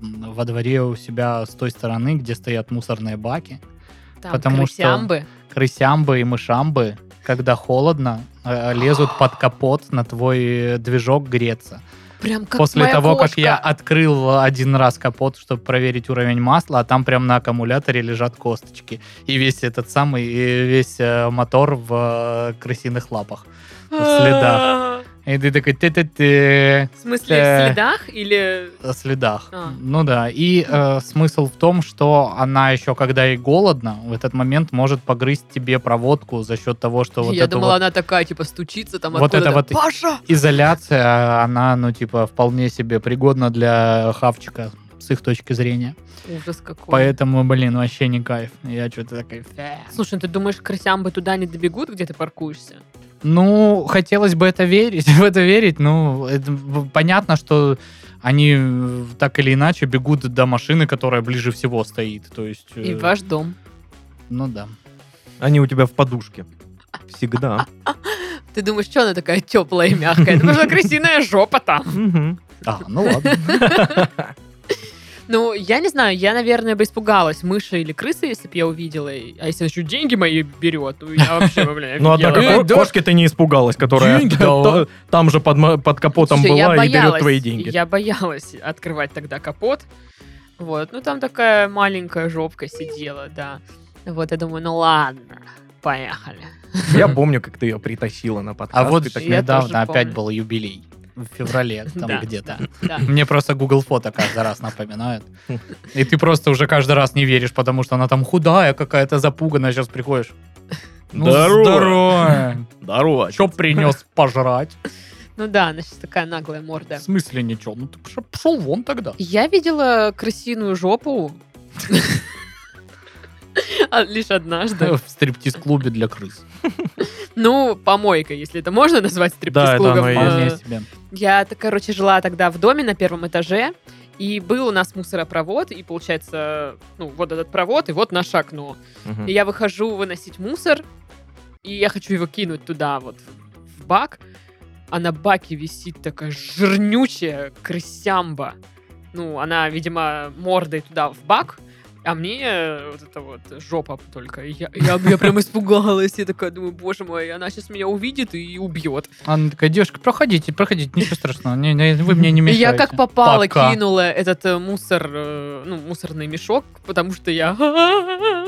[SPEAKER 2] во дворе у себя с той стороны, где стоят мусорные баки.
[SPEAKER 1] Там
[SPEAKER 2] Потому что-
[SPEAKER 1] крысямбы.
[SPEAKER 2] Крысямбы и мышамбы, когда холодно, э, лезут под капот на твой движок греться.
[SPEAKER 1] Прям как
[SPEAKER 2] После
[SPEAKER 1] моя
[SPEAKER 2] того, как
[SPEAKER 1] кошка.
[SPEAKER 2] я открыл один раз капот, чтобы проверить уровень масла, а там прям на аккумуляторе лежат косточки. И весь этот самый, и весь э, мотор в э, крысиных лапах. в следах. И ты такой ты-ты-ты
[SPEAKER 1] В смысле, в
[SPEAKER 2] Э.
[SPEAKER 1] следах или...
[SPEAKER 2] о следах.
[SPEAKER 1] А.
[SPEAKER 2] Ну да. И э, смысл в том, что она еще, когда и голодна, в этот момент может погрызть тебе проводку за счет того, что вот
[SPEAKER 1] я
[SPEAKER 2] эту
[SPEAKER 1] думала,
[SPEAKER 2] вот
[SPEAKER 1] она такая, типа, стучится там
[SPEAKER 2] Вот это
[SPEAKER 1] откуда-то.
[SPEAKER 2] вот-
[SPEAKER 1] Паша!
[SPEAKER 2] изоляция, она, ну типа, вполне себе пригодна для хавчика с их точки зрения.
[SPEAKER 1] Ужас какой.
[SPEAKER 2] Поэтому, блин, вообще не кайф. Я что-то такой... «Фе».
[SPEAKER 1] Слушай, ну ты думаешь, крысямбы туда не добегут, где ты паркуешься?
[SPEAKER 2] Ну, хотелось бы это верить, в это верить. Ну, это в- понятно, что они э, так или иначе бегут до машины, которая ближе всего стоит. То есть... э,
[SPEAKER 1] И в ваш дом.
[SPEAKER 2] Ну да.
[SPEAKER 3] Они у тебя в подушке. Всегда.
[SPEAKER 1] Ты думаешь, что она такая теплая и мягкая? Это что крысиная жопа там.
[SPEAKER 3] Мгм.
[SPEAKER 2] А, ну ладно.
[SPEAKER 1] Ну, я не знаю, я, наверное, бы испугалась мыши или крысы, если бы я увидела. А если она еще деньги мои берет, ну я вообще, блин,
[SPEAKER 3] Ну,
[SPEAKER 1] офигела.
[SPEAKER 3] однако
[SPEAKER 2] Э,
[SPEAKER 3] ко-
[SPEAKER 2] да.
[SPEAKER 3] кошки ты не испугалась, которая
[SPEAKER 2] Деньги дала.
[SPEAKER 3] то- там же под мо- под капотом
[SPEAKER 1] Слушай, я
[SPEAKER 3] была и берет
[SPEAKER 1] боялась-
[SPEAKER 3] твои деньги.
[SPEAKER 1] Я боялась открывать тогда капот. Вот, ну там такая маленькая жопка сидела, да. Вот, я думаю, ну ладно, поехали.
[SPEAKER 3] Я помню, как ты ее притащила на подкаст.
[SPEAKER 2] А вот
[SPEAKER 3] Ты так-
[SPEAKER 1] я тоже
[SPEAKER 2] недавно опять
[SPEAKER 1] помню.
[SPEAKER 2] был юбилей. В феврале
[SPEAKER 1] Да,
[SPEAKER 2] там где-то.
[SPEAKER 1] да, да.
[SPEAKER 2] Мне просто Google фото каждый раз напоминают. И ты просто уже каждый раз не веришь, потому что она там худая какая-то, запуганная. Сейчас приходишь. Ну,
[SPEAKER 3] Здорово.
[SPEAKER 2] здорово. а
[SPEAKER 3] Здорово.
[SPEAKER 2] Че принес пожрать?
[SPEAKER 1] Ну да, она сейчас такая наглая морда.
[SPEAKER 2] В смысле ничего? Ну ты пошел вон тогда.
[SPEAKER 1] Я видела крысиную жопу а, лишь однажды.
[SPEAKER 2] В стриптиз-клубе для крыс.
[SPEAKER 1] Ну, помойка, если это можно назвать стриптиз-клубом.
[SPEAKER 3] Да, это оно
[SPEAKER 1] Э,
[SPEAKER 2] Вполне себе.
[SPEAKER 1] Я, так, короче, жила тогда в доме на первом этаже, и был у нас мусоропровод, и получается, ну, вот этот провод, и вот наше окно.
[SPEAKER 3] Мгм.
[SPEAKER 1] И я выхожу выносить мусор, и я хочу его кинуть туда, вот, в бак. А на баке висит такая жирнючая крысямба. Ну, она, видимо, мордой туда в бак, а мне э, вот эта вот жопа только. И Я, я, я прям испугалась. Я такая думаю, боже мой, она сейчас меня увидит и убьет.
[SPEAKER 2] Она такая, девушка, проходите, проходите, ничего страшного, не- не- вы мне не
[SPEAKER 1] И
[SPEAKER 2] мешаете.
[SPEAKER 1] я как попало
[SPEAKER 2] Пока.
[SPEAKER 1] кинула этот э, мусор, э, ну, мусорный мешок, потому что я...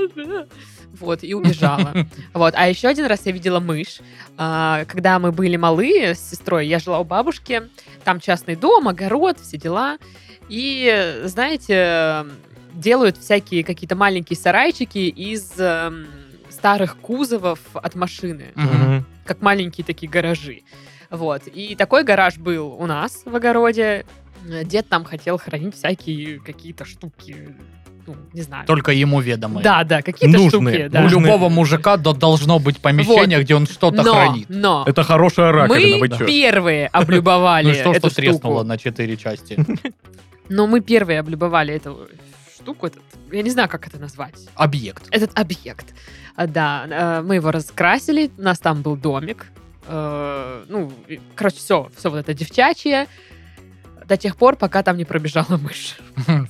[SPEAKER 1] Вот, и убежала. Вот. А еще один раз я видела мышь. А, Когда мы были малые с сестрой, я жила у бабушки. Там частный дом, огород, все дела. И, знаете, делают всякие какие-то маленькие сарайчики из эм, старых кузовов от машины
[SPEAKER 2] Мгм.
[SPEAKER 3] Мгм.
[SPEAKER 1] как маленькие такие гаражи. Вот. И такой гараж был у нас в огороде. Э, Дед там хотел хранить всякие какие-то штуки, ну, не знаю.
[SPEAKER 2] Только ему ведомо.
[SPEAKER 1] Да, да, какие-то
[SPEAKER 3] Нужные.
[SPEAKER 1] штуки,
[SPEAKER 2] У
[SPEAKER 1] да.
[SPEAKER 3] Нужные.
[SPEAKER 2] любого мужика до- должно быть помещение, где он что-то
[SPEAKER 1] Но,
[SPEAKER 2] хранит.
[SPEAKER 1] но
[SPEAKER 3] Это хорошая раковина,
[SPEAKER 1] мы
[SPEAKER 3] вы чё?
[SPEAKER 1] первые
[SPEAKER 2] Ну
[SPEAKER 1] облюбовали
[SPEAKER 2] и что, что
[SPEAKER 1] эту
[SPEAKER 2] треснуло
[SPEAKER 1] штуку.
[SPEAKER 2] на четыре части?
[SPEAKER 1] Но мы первые облюбовали эту штуку, этот, я не знаю, как это назвать.
[SPEAKER 2] Объект.
[SPEAKER 1] Этот объект. А, Да, э, мы его раскрасили, у нас там был А, домик. Э, Ну, и, короче, все, все вот это девчачье. до тех пор, пока там не пробежала мышь.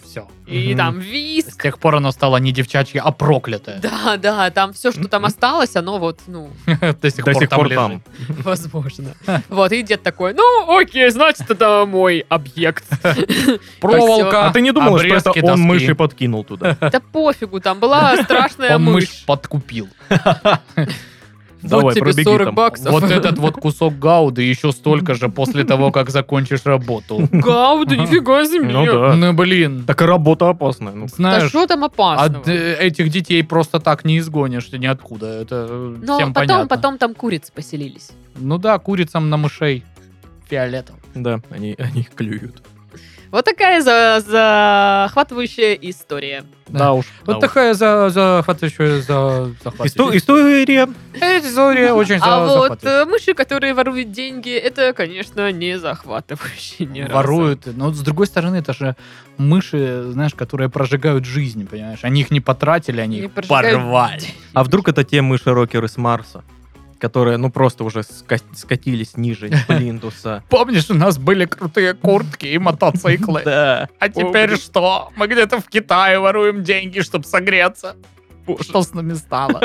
[SPEAKER 2] Все.
[SPEAKER 1] И
[SPEAKER 3] Мгм.
[SPEAKER 1] там
[SPEAKER 2] С
[SPEAKER 1] виск.
[SPEAKER 2] тех пор оно стало не девчачье, а проклятое.
[SPEAKER 1] Да, да, там все, что там
[SPEAKER 3] Мгм.
[SPEAKER 1] осталось, оно вот, ну,
[SPEAKER 2] До сих
[SPEAKER 3] До
[SPEAKER 2] пор
[SPEAKER 3] сих
[SPEAKER 2] там
[SPEAKER 3] пор
[SPEAKER 2] лежит.
[SPEAKER 3] там.
[SPEAKER 1] возможно. Вот, и дед такой, ну, окей, значит, это мой объект.
[SPEAKER 2] Проволока.
[SPEAKER 3] А ты не думала, что это
[SPEAKER 2] обрезки
[SPEAKER 3] он
[SPEAKER 2] доски.
[SPEAKER 3] мыши подкинул туда?
[SPEAKER 1] Да пофигу, там была страшная
[SPEAKER 2] Он мышь
[SPEAKER 1] мышь.
[SPEAKER 2] подкупил.
[SPEAKER 1] Вот
[SPEAKER 3] Давай,
[SPEAKER 1] тебе
[SPEAKER 3] пробеги
[SPEAKER 1] 40
[SPEAKER 3] там.
[SPEAKER 1] баксов.
[SPEAKER 2] Вот этот вот кусок гауды еще столько же после того, как закончишь работу.
[SPEAKER 1] Гауда, нифига себе.
[SPEAKER 3] Ну да.
[SPEAKER 2] Ну блин,
[SPEAKER 3] Так и работа опасная. ну.
[SPEAKER 1] Да
[SPEAKER 2] знаешь,
[SPEAKER 1] что там опасного?
[SPEAKER 2] от э, этих детей просто так не изгонишь ниоткуда. Это э,
[SPEAKER 1] Но Ну, а
[SPEAKER 2] всем
[SPEAKER 1] потом,
[SPEAKER 2] понятно.
[SPEAKER 1] потом там курицы поселились.
[SPEAKER 2] Ну да, курицам на мышей. Фиолетово.
[SPEAKER 3] Да, они, они клюют.
[SPEAKER 1] Вот такая за- захватывающая история.
[SPEAKER 2] Да.
[SPEAKER 3] Да уж.
[SPEAKER 2] А Вот такая за, захватывающая за,
[SPEAKER 3] Исто- История.
[SPEAKER 2] история очень
[SPEAKER 1] а
[SPEAKER 2] за-
[SPEAKER 1] вот
[SPEAKER 2] захватывающая.
[SPEAKER 1] э, мыши, которые воруют деньги, это, конечно, не захватывающие ни разу.
[SPEAKER 2] Воруют. Но с другой стороны, это же мыши, знаешь, которые прожигают жизнь, понимаешь? Они их не потратили, они
[SPEAKER 1] Не
[SPEAKER 2] их
[SPEAKER 1] прожигают.
[SPEAKER 2] порвали.
[SPEAKER 3] А вдруг это те мыши-рокеры с Марса? Которые, ну, просто уже ска- скатились ниже плинтуса.
[SPEAKER 2] Помнишь, у нас были крутые куртки и мотоциклы?
[SPEAKER 3] Да.
[SPEAKER 2] А теперь что? Мы где-то в Китае воруем деньги, чтобы согреться. Что с нами стало?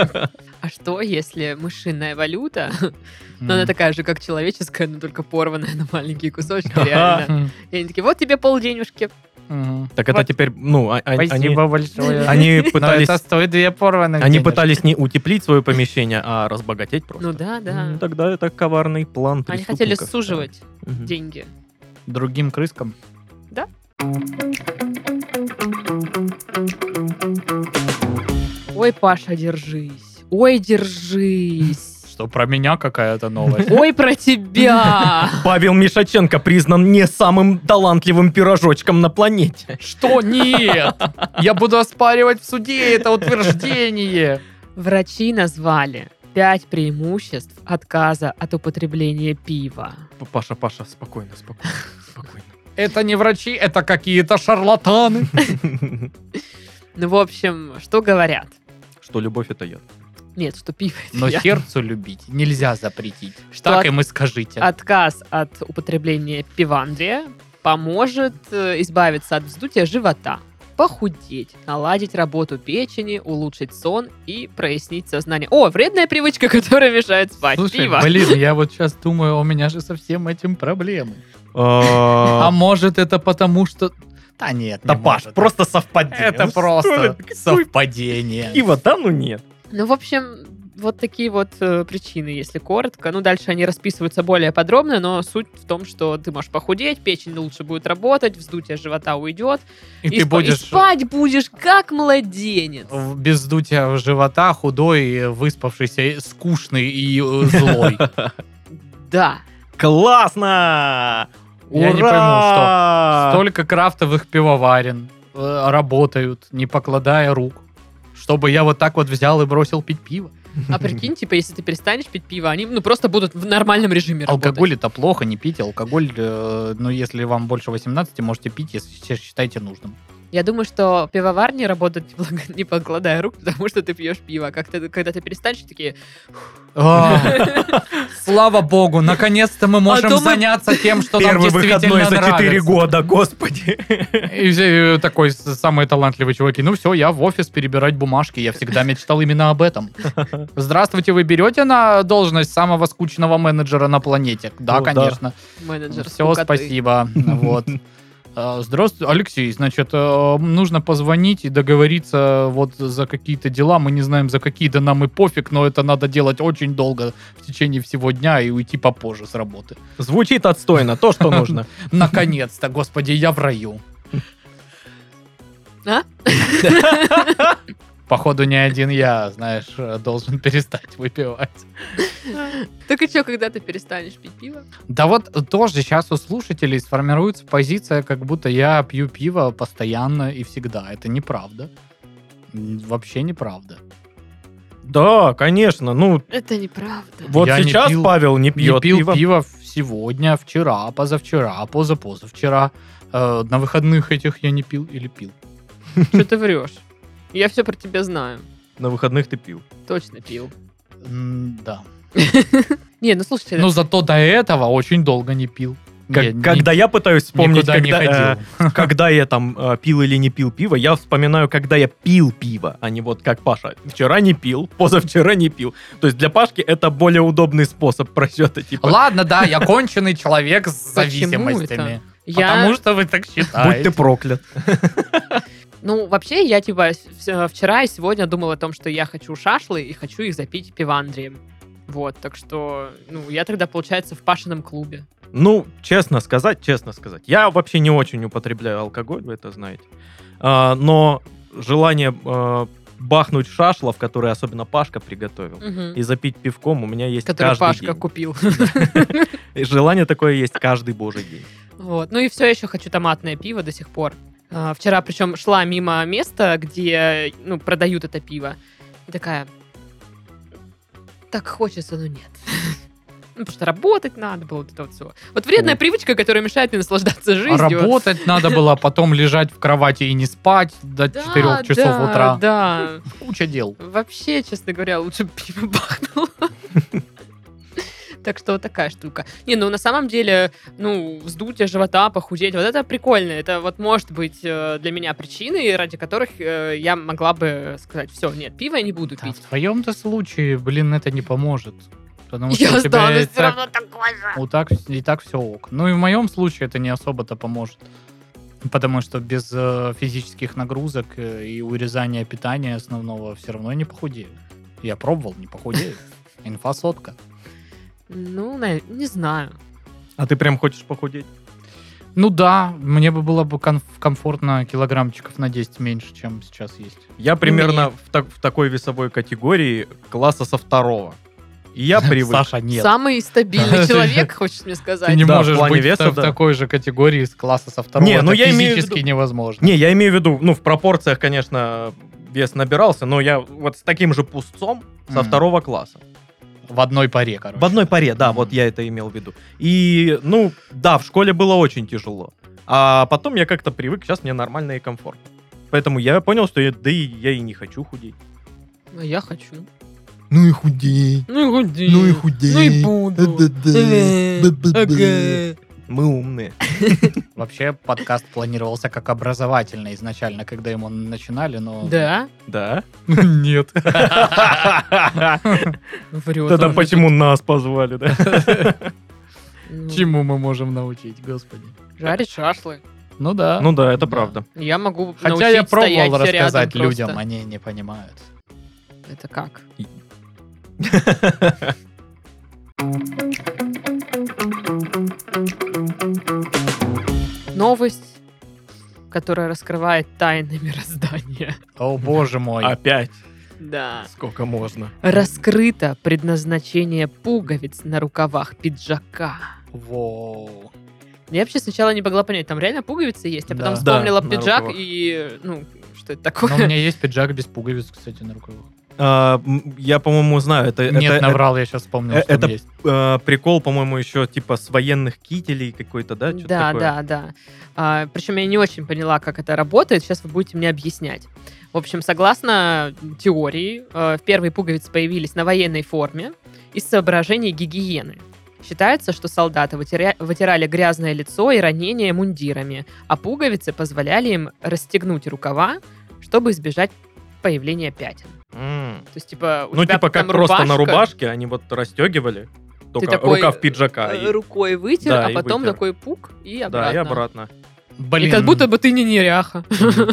[SPEAKER 1] А что, если мышиная валюта, но она такая же, как человеческая, но только порванная на маленькие кусочки, реально.
[SPEAKER 2] Мгм.
[SPEAKER 1] И они такие, вот тебе полденежки.
[SPEAKER 2] Мгм.
[SPEAKER 3] Так это
[SPEAKER 2] Вот.
[SPEAKER 3] теперь, ну, а- а- они...
[SPEAKER 2] Спасибо большое.
[SPEAKER 3] Они
[SPEAKER 2] Но
[SPEAKER 3] пытались,
[SPEAKER 2] это стоит две порванных
[SPEAKER 3] они
[SPEAKER 2] денежки.
[SPEAKER 3] пытались не утеплить свое помещение, а разбогатеть просто.
[SPEAKER 1] Ну да, да. А
[SPEAKER 3] М, Тогда это коварный план
[SPEAKER 1] Они хотели
[SPEAKER 3] преступников.
[SPEAKER 1] суживать
[SPEAKER 3] Мгм.
[SPEAKER 1] деньги.
[SPEAKER 2] Другим крыскам.
[SPEAKER 1] Да. Ой, Паша, держись. Ой, держись.
[SPEAKER 2] Что, про меня какая-то новость?
[SPEAKER 1] Ой, про тебя.
[SPEAKER 3] Павел Мишаченко признан не самым талантливым пирожочком на планете.
[SPEAKER 2] Что? Нет! Я буду оспаривать в суде это утверждение.
[SPEAKER 1] Врачи назвали пять преимуществ отказа от употребления пива.
[SPEAKER 3] П- Паша, Паша, спокойно, спокойно,
[SPEAKER 2] Это не врачи, это какие-то шарлатаны.
[SPEAKER 3] спокойно.
[SPEAKER 1] Ну, в общем, что говорят?
[SPEAKER 3] Что любовь это яд.
[SPEAKER 1] Нет, что пиво это
[SPEAKER 2] Но
[SPEAKER 1] я.
[SPEAKER 2] сердцу любить нельзя запретить.
[SPEAKER 1] Что
[SPEAKER 2] Так
[SPEAKER 1] от-
[SPEAKER 2] им и скажите.
[SPEAKER 1] Отказ от употребления пивандрия поможет э, избавиться от вздутия живота, похудеть, наладить работу печени, улучшить сон и прояснить сознание. О, вредная привычка, которая мешает спать.
[SPEAKER 2] Слушай,
[SPEAKER 1] пиво.
[SPEAKER 2] блин, я вот сейчас думаю, у меня же со всем этим проблемы. А
[SPEAKER 3] Да,
[SPEAKER 2] может это потому, что... Да нет, не
[SPEAKER 3] Паш,
[SPEAKER 2] может. Э,
[SPEAKER 3] просто совпадение.
[SPEAKER 2] Это
[SPEAKER 3] Ну что
[SPEAKER 2] просто
[SPEAKER 3] это? Какое
[SPEAKER 2] совпадение.
[SPEAKER 3] пиво, да, ну нет.
[SPEAKER 1] Ну, в общем, вот такие вот э, причины, если коротко. Ну, дальше они расписываются более подробно, но суть в том, что ты можешь похудеть, печень лучше будет работать, вздутие живота уйдет.
[SPEAKER 2] И ты
[SPEAKER 1] спа-
[SPEAKER 2] будешь
[SPEAKER 1] спать будешь как младенец.
[SPEAKER 2] в- без дутия живота, худой, э, выспавшийся, э, скучный и э, злой.
[SPEAKER 1] Да.
[SPEAKER 3] Классно!
[SPEAKER 2] Я не пойму,
[SPEAKER 3] Ура!
[SPEAKER 2] что.
[SPEAKER 3] А.
[SPEAKER 2] Столько крафтовых пивоварен э, работают, не покладая рук. Чтобы я вот так вот взял и бросил пить пиво.
[SPEAKER 1] А прикинь, типа, если ты перестанешь пить пиво, они, ну, просто будут в нормальном режиме
[SPEAKER 2] Алкоголь это плохо, не пить. Алкоголь, э, ну, если вам больше 18, можете пить, если щ- считаете нужным.
[SPEAKER 1] работать. Я думаю, что пивоварни работают, не благ- не покладая рук, потому что ты пьешь пиво. Как ты, когда ты перестанешь, такие...
[SPEAKER 2] А, Слава богу, наконец-то мы
[SPEAKER 1] А то мы-
[SPEAKER 2] тем, что
[SPEAKER 3] Первый выходной за
[SPEAKER 2] нравится.
[SPEAKER 3] 4 года, господи.
[SPEAKER 2] И все, э, такой с- самые талантливые чуваки. Ну все, я в офис перебирать бумажки. Я всегда мечтал именно об этом. Здравствуйте, вы берете на должность самого скучного менеджера на планете? Да,
[SPEAKER 3] О, да.
[SPEAKER 2] конечно.
[SPEAKER 1] Менеджер,
[SPEAKER 2] Все,
[SPEAKER 1] скукоты».
[SPEAKER 2] спасибо. Вот. Э, Здравствуй, Алексей. Значит, э, нужно позвонить и договориться вот за какие-то дела. Мы не знаем, за какие, да нам и пофиг, но это надо делать очень долго в течение всего дня и уйти попозже с работы.
[SPEAKER 3] Звучит отстойно, то, что нужно.
[SPEAKER 2] Наконец-то, господи, я в раю.
[SPEAKER 1] А?
[SPEAKER 2] Походу, не один я, знаешь, э, должен перестать выпивать.
[SPEAKER 1] Так и что, когда ты перестанешь пить пиво?
[SPEAKER 2] Да вот тоже сейчас у слушателей сформируется позиция, как будто я пью пиво постоянно и всегда. Это неправда. М, Вообще неправда.
[SPEAKER 3] Да, конечно. Ну,
[SPEAKER 1] Это неправда.
[SPEAKER 3] вот
[SPEAKER 2] Я не
[SPEAKER 3] сейчас
[SPEAKER 2] пил-
[SPEAKER 3] Павел не
[SPEAKER 2] Я
[SPEAKER 3] пьет
[SPEAKER 2] пил
[SPEAKER 3] пиво.
[SPEAKER 2] пиво. сегодня, вчера, позавчера, позапозавчера. Э, на выходных этих я не пил или пил.
[SPEAKER 1] Что ты врешь? Я все про тебя знаю.
[SPEAKER 3] На выходных ты пил.
[SPEAKER 1] Точно пил.
[SPEAKER 2] М, да.
[SPEAKER 1] Не, ну слушайте,
[SPEAKER 3] а
[SPEAKER 2] Но зато до этого очень долго не пил.
[SPEAKER 3] Как-
[SPEAKER 2] Я ни-
[SPEAKER 3] когда я пытаюсь вспомнить,
[SPEAKER 2] никуда не
[SPEAKER 3] когда,
[SPEAKER 2] ходил.
[SPEAKER 3] э, когда я там э, пил или не пил пиво, я вспоминаю, когда я пил пиво, а не вот как Паша. Вчера не пил, позавчера не пил. То есть для Пашки это более удобный способ просчета. Типа,
[SPEAKER 2] Ладно, да, я конченый человек с
[SPEAKER 1] Почему
[SPEAKER 2] зависимостями.
[SPEAKER 1] Я,
[SPEAKER 2] Потому что вы так
[SPEAKER 3] будь ты
[SPEAKER 2] считаете.
[SPEAKER 3] проклят.
[SPEAKER 1] Ну, вообще, я, типа, с- э, вчера и сегодня думала о том, что я хочу шашлы и хочу их запить пивандрием. Вот, так что, ну, я тогда, получается, в Пашином клубе.
[SPEAKER 3] Ну, честно сказать, честно сказать, я вообще не очень употребляю алкоголь, вы это знаете. А, но желание э, бахнуть шашлов, которые особенно Пашка приготовил, и запить пивком у меня есть
[SPEAKER 1] Который
[SPEAKER 3] каждый
[SPEAKER 1] Пашка
[SPEAKER 3] день.
[SPEAKER 1] купил.
[SPEAKER 3] И Желание такое есть каждый божий день.
[SPEAKER 1] Вот. Ну и все еще хочу томатное пиво до сих пор. А, Вчера, причем, шла мимо места, где ну, продают это пиво. И такая, так хочется, но нет. Ну, потому что работать надо было, вот это вот все. Вот вредная
[SPEAKER 3] Ой.
[SPEAKER 1] привычка, которая мешает мне наслаждаться жизнью.
[SPEAKER 2] А Работать надо было, потом лежать в кровати и не спать до
[SPEAKER 1] Да,
[SPEAKER 2] 4 часов
[SPEAKER 1] да,
[SPEAKER 2] утра.
[SPEAKER 1] Да,
[SPEAKER 2] Куча дел.
[SPEAKER 1] Вообще, честно говоря, лучше бы пиво бахнуло. Так что вот такая штука. Не, ну на самом деле, ну, вздутие живота, похудеть, вот это прикольно. Это вот может быть э, для меня причины, ради которых э, я могла бы сказать, все, нет, пиво я не буду
[SPEAKER 2] Да, в
[SPEAKER 1] пить.
[SPEAKER 2] твоем-то случае, блин, это не поможет. Потому что
[SPEAKER 1] Я
[SPEAKER 2] у тебя и
[SPEAKER 1] сдалась все
[SPEAKER 2] так,
[SPEAKER 1] равно такой же.
[SPEAKER 2] у так- и так все ок. Ну и в моем случае это не особо-то поможет. Потому что без э, физических нагрузок э, и урезания питания основного все равно не похудею. Я пробовал, не похудею. Инфа сотка.
[SPEAKER 1] Ну, на- не знаю.
[SPEAKER 3] А ты прям хочешь похудеть?
[SPEAKER 2] Ну да, мне бы было бы кон- комфортно килограммчиков на 10 меньше, чем сейчас есть.
[SPEAKER 3] Я примерно в, так- в такой весовой категории класса со второго. И я привык.
[SPEAKER 2] Саша, нет.
[SPEAKER 1] Самый стабильный человек, хочешь мне
[SPEAKER 2] Ты
[SPEAKER 1] сказать.
[SPEAKER 2] не
[SPEAKER 3] Да, в
[SPEAKER 2] можешь
[SPEAKER 3] плане
[SPEAKER 2] быть в
[SPEAKER 3] веса,
[SPEAKER 2] та- в
[SPEAKER 3] да.
[SPEAKER 2] такой же категории с класса со второго.
[SPEAKER 3] Не,
[SPEAKER 2] Это
[SPEAKER 3] ну я имею в
[SPEAKER 2] физически
[SPEAKER 3] виду-
[SPEAKER 2] невозможно.
[SPEAKER 3] Не, я имею в виду, ну, в пропорциях, конечно, вес набирался, но я вот с таким же пустцом со
[SPEAKER 2] Мгм.
[SPEAKER 3] второго класса.
[SPEAKER 2] В одной паре, короче.
[SPEAKER 3] В одной паре, да, вот
[SPEAKER 2] Мгм.
[SPEAKER 3] я это имел в виду. И, ну, да, в школе было очень тяжело. А потом я как-то привык, сейчас мне нормально и комфортно. Поэтому я понял, что я, да и я и не хочу худеть.
[SPEAKER 1] А я хочу.
[SPEAKER 3] Ну и худей.
[SPEAKER 1] Ну и худи.
[SPEAKER 3] худей.
[SPEAKER 1] Ну и буду. Э, ага.
[SPEAKER 3] Мы умные.
[SPEAKER 2] Вообще подкаст планировался как образовательный изначально, когда ему начинали, но...
[SPEAKER 1] Да?
[SPEAKER 3] Да?
[SPEAKER 2] Нет. А
[SPEAKER 1] Врет.
[SPEAKER 3] Тогда
[SPEAKER 1] он.
[SPEAKER 3] почему нас позвали, да?
[SPEAKER 1] Ну,
[SPEAKER 2] Чему мы можем научить, господи?
[SPEAKER 1] Жарить шашлы.
[SPEAKER 2] Ну да.
[SPEAKER 3] Ну да, это
[SPEAKER 2] Да.
[SPEAKER 3] правда.
[SPEAKER 1] Я могу
[SPEAKER 2] Хотя
[SPEAKER 1] научить
[SPEAKER 2] я
[SPEAKER 1] стоять
[SPEAKER 2] пробовал
[SPEAKER 1] рядом
[SPEAKER 2] рассказать
[SPEAKER 1] просто.
[SPEAKER 2] людям, они не понимают.
[SPEAKER 1] Это как? Новость, которая раскрывает тайны мироздания.
[SPEAKER 2] О боже мой.
[SPEAKER 3] А Опять.
[SPEAKER 1] Да.
[SPEAKER 3] Сколько можно?
[SPEAKER 1] Раскрыто предназначение пуговиц на рукавах пиджака.
[SPEAKER 2] Воу.
[SPEAKER 1] Я вообще сначала не могла понять, там реально пуговицы есть, а потом
[SPEAKER 2] Да.
[SPEAKER 1] вспомнила
[SPEAKER 3] Да, на
[SPEAKER 1] пиджак
[SPEAKER 3] рукавах.
[SPEAKER 1] и, ну, что это
[SPEAKER 2] Но
[SPEAKER 1] такое?
[SPEAKER 2] у меня есть пиджак без пуговиц, кстати, на рукавах.
[SPEAKER 3] А, м, Я, по-моему, знаю. Это,
[SPEAKER 2] Нет,
[SPEAKER 3] это-
[SPEAKER 2] наврал, я сейчас вспомнил,
[SPEAKER 3] э,
[SPEAKER 2] что там
[SPEAKER 3] это-
[SPEAKER 2] есть.
[SPEAKER 3] э, прикол, по-моему, еще типа с военных кителей какой-то, да? чё-то
[SPEAKER 1] Да,
[SPEAKER 3] такое?
[SPEAKER 1] да, да. А, причем я не очень поняла, как это работает. Сейчас вы будете мне объяснять. В общем, согласно теории, э, первые пуговицы появились на военной форме из соображений гигиены. Считается, что солдаты вытеря- вытирали грязное лицо и ранения мундирами, а пуговицы позволяли им расстегнуть рукава, чтобы избежать появления пятен.
[SPEAKER 3] М.
[SPEAKER 1] То есть, типа, у
[SPEAKER 3] Ну,
[SPEAKER 1] тебя
[SPEAKER 3] типа, как
[SPEAKER 1] там
[SPEAKER 3] просто на
[SPEAKER 1] рубашка,
[SPEAKER 3] рубашке они вот расстегивали, только
[SPEAKER 1] такой,
[SPEAKER 3] рукав пиджака.
[SPEAKER 1] э,
[SPEAKER 3] и-
[SPEAKER 1] рукой вытер,
[SPEAKER 3] Да,
[SPEAKER 1] а
[SPEAKER 3] и
[SPEAKER 1] потом
[SPEAKER 3] вытер.
[SPEAKER 1] такой пук и обратно.
[SPEAKER 3] Да, и обратно.
[SPEAKER 2] Блин.
[SPEAKER 1] И как будто бы ты не неряха.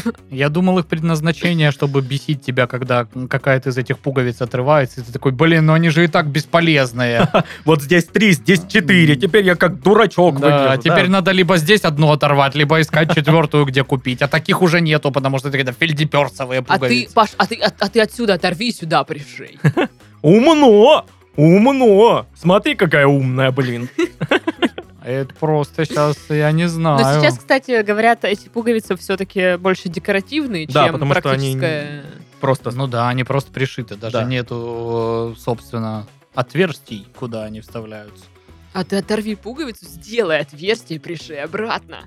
[SPEAKER 2] Я думал, их предназначение, чтобы бесить тебя, когда какая-то из этих пуговиц отрывается, и ты такой, блин, ну они же и так бесполезные.
[SPEAKER 3] Вот здесь три, здесь четыре,
[SPEAKER 2] М.
[SPEAKER 3] теперь я как дурачок
[SPEAKER 2] Да,
[SPEAKER 3] выгляжу, да.
[SPEAKER 2] теперь надо либо здесь одну оторвать, либо искать четвертую, где купить. А таких уже нету, потому что это какие-то фельдеперсовые
[SPEAKER 1] А ты,
[SPEAKER 2] пуговицы.
[SPEAKER 1] Паш, а ты, а, а ты отсюда оторви и сюда пришей.
[SPEAKER 3] Умно! Умно! Смотри, какая умная, блин.
[SPEAKER 2] А Это просто сейчас А, я не
[SPEAKER 1] Но
[SPEAKER 2] знаю.
[SPEAKER 1] сейчас, кстати, говорят, эти пуговицы все-таки больше декоративные,
[SPEAKER 3] Да,
[SPEAKER 1] чем
[SPEAKER 3] потому что они
[SPEAKER 1] практическое.
[SPEAKER 3] Просто
[SPEAKER 2] Ну да, они просто пришиты, даже
[SPEAKER 3] Да.
[SPEAKER 2] нету, э, собственно, отверстий, куда они вставляются.
[SPEAKER 1] А ты оторви пуговицу, сделай отверстие и пришей обратно.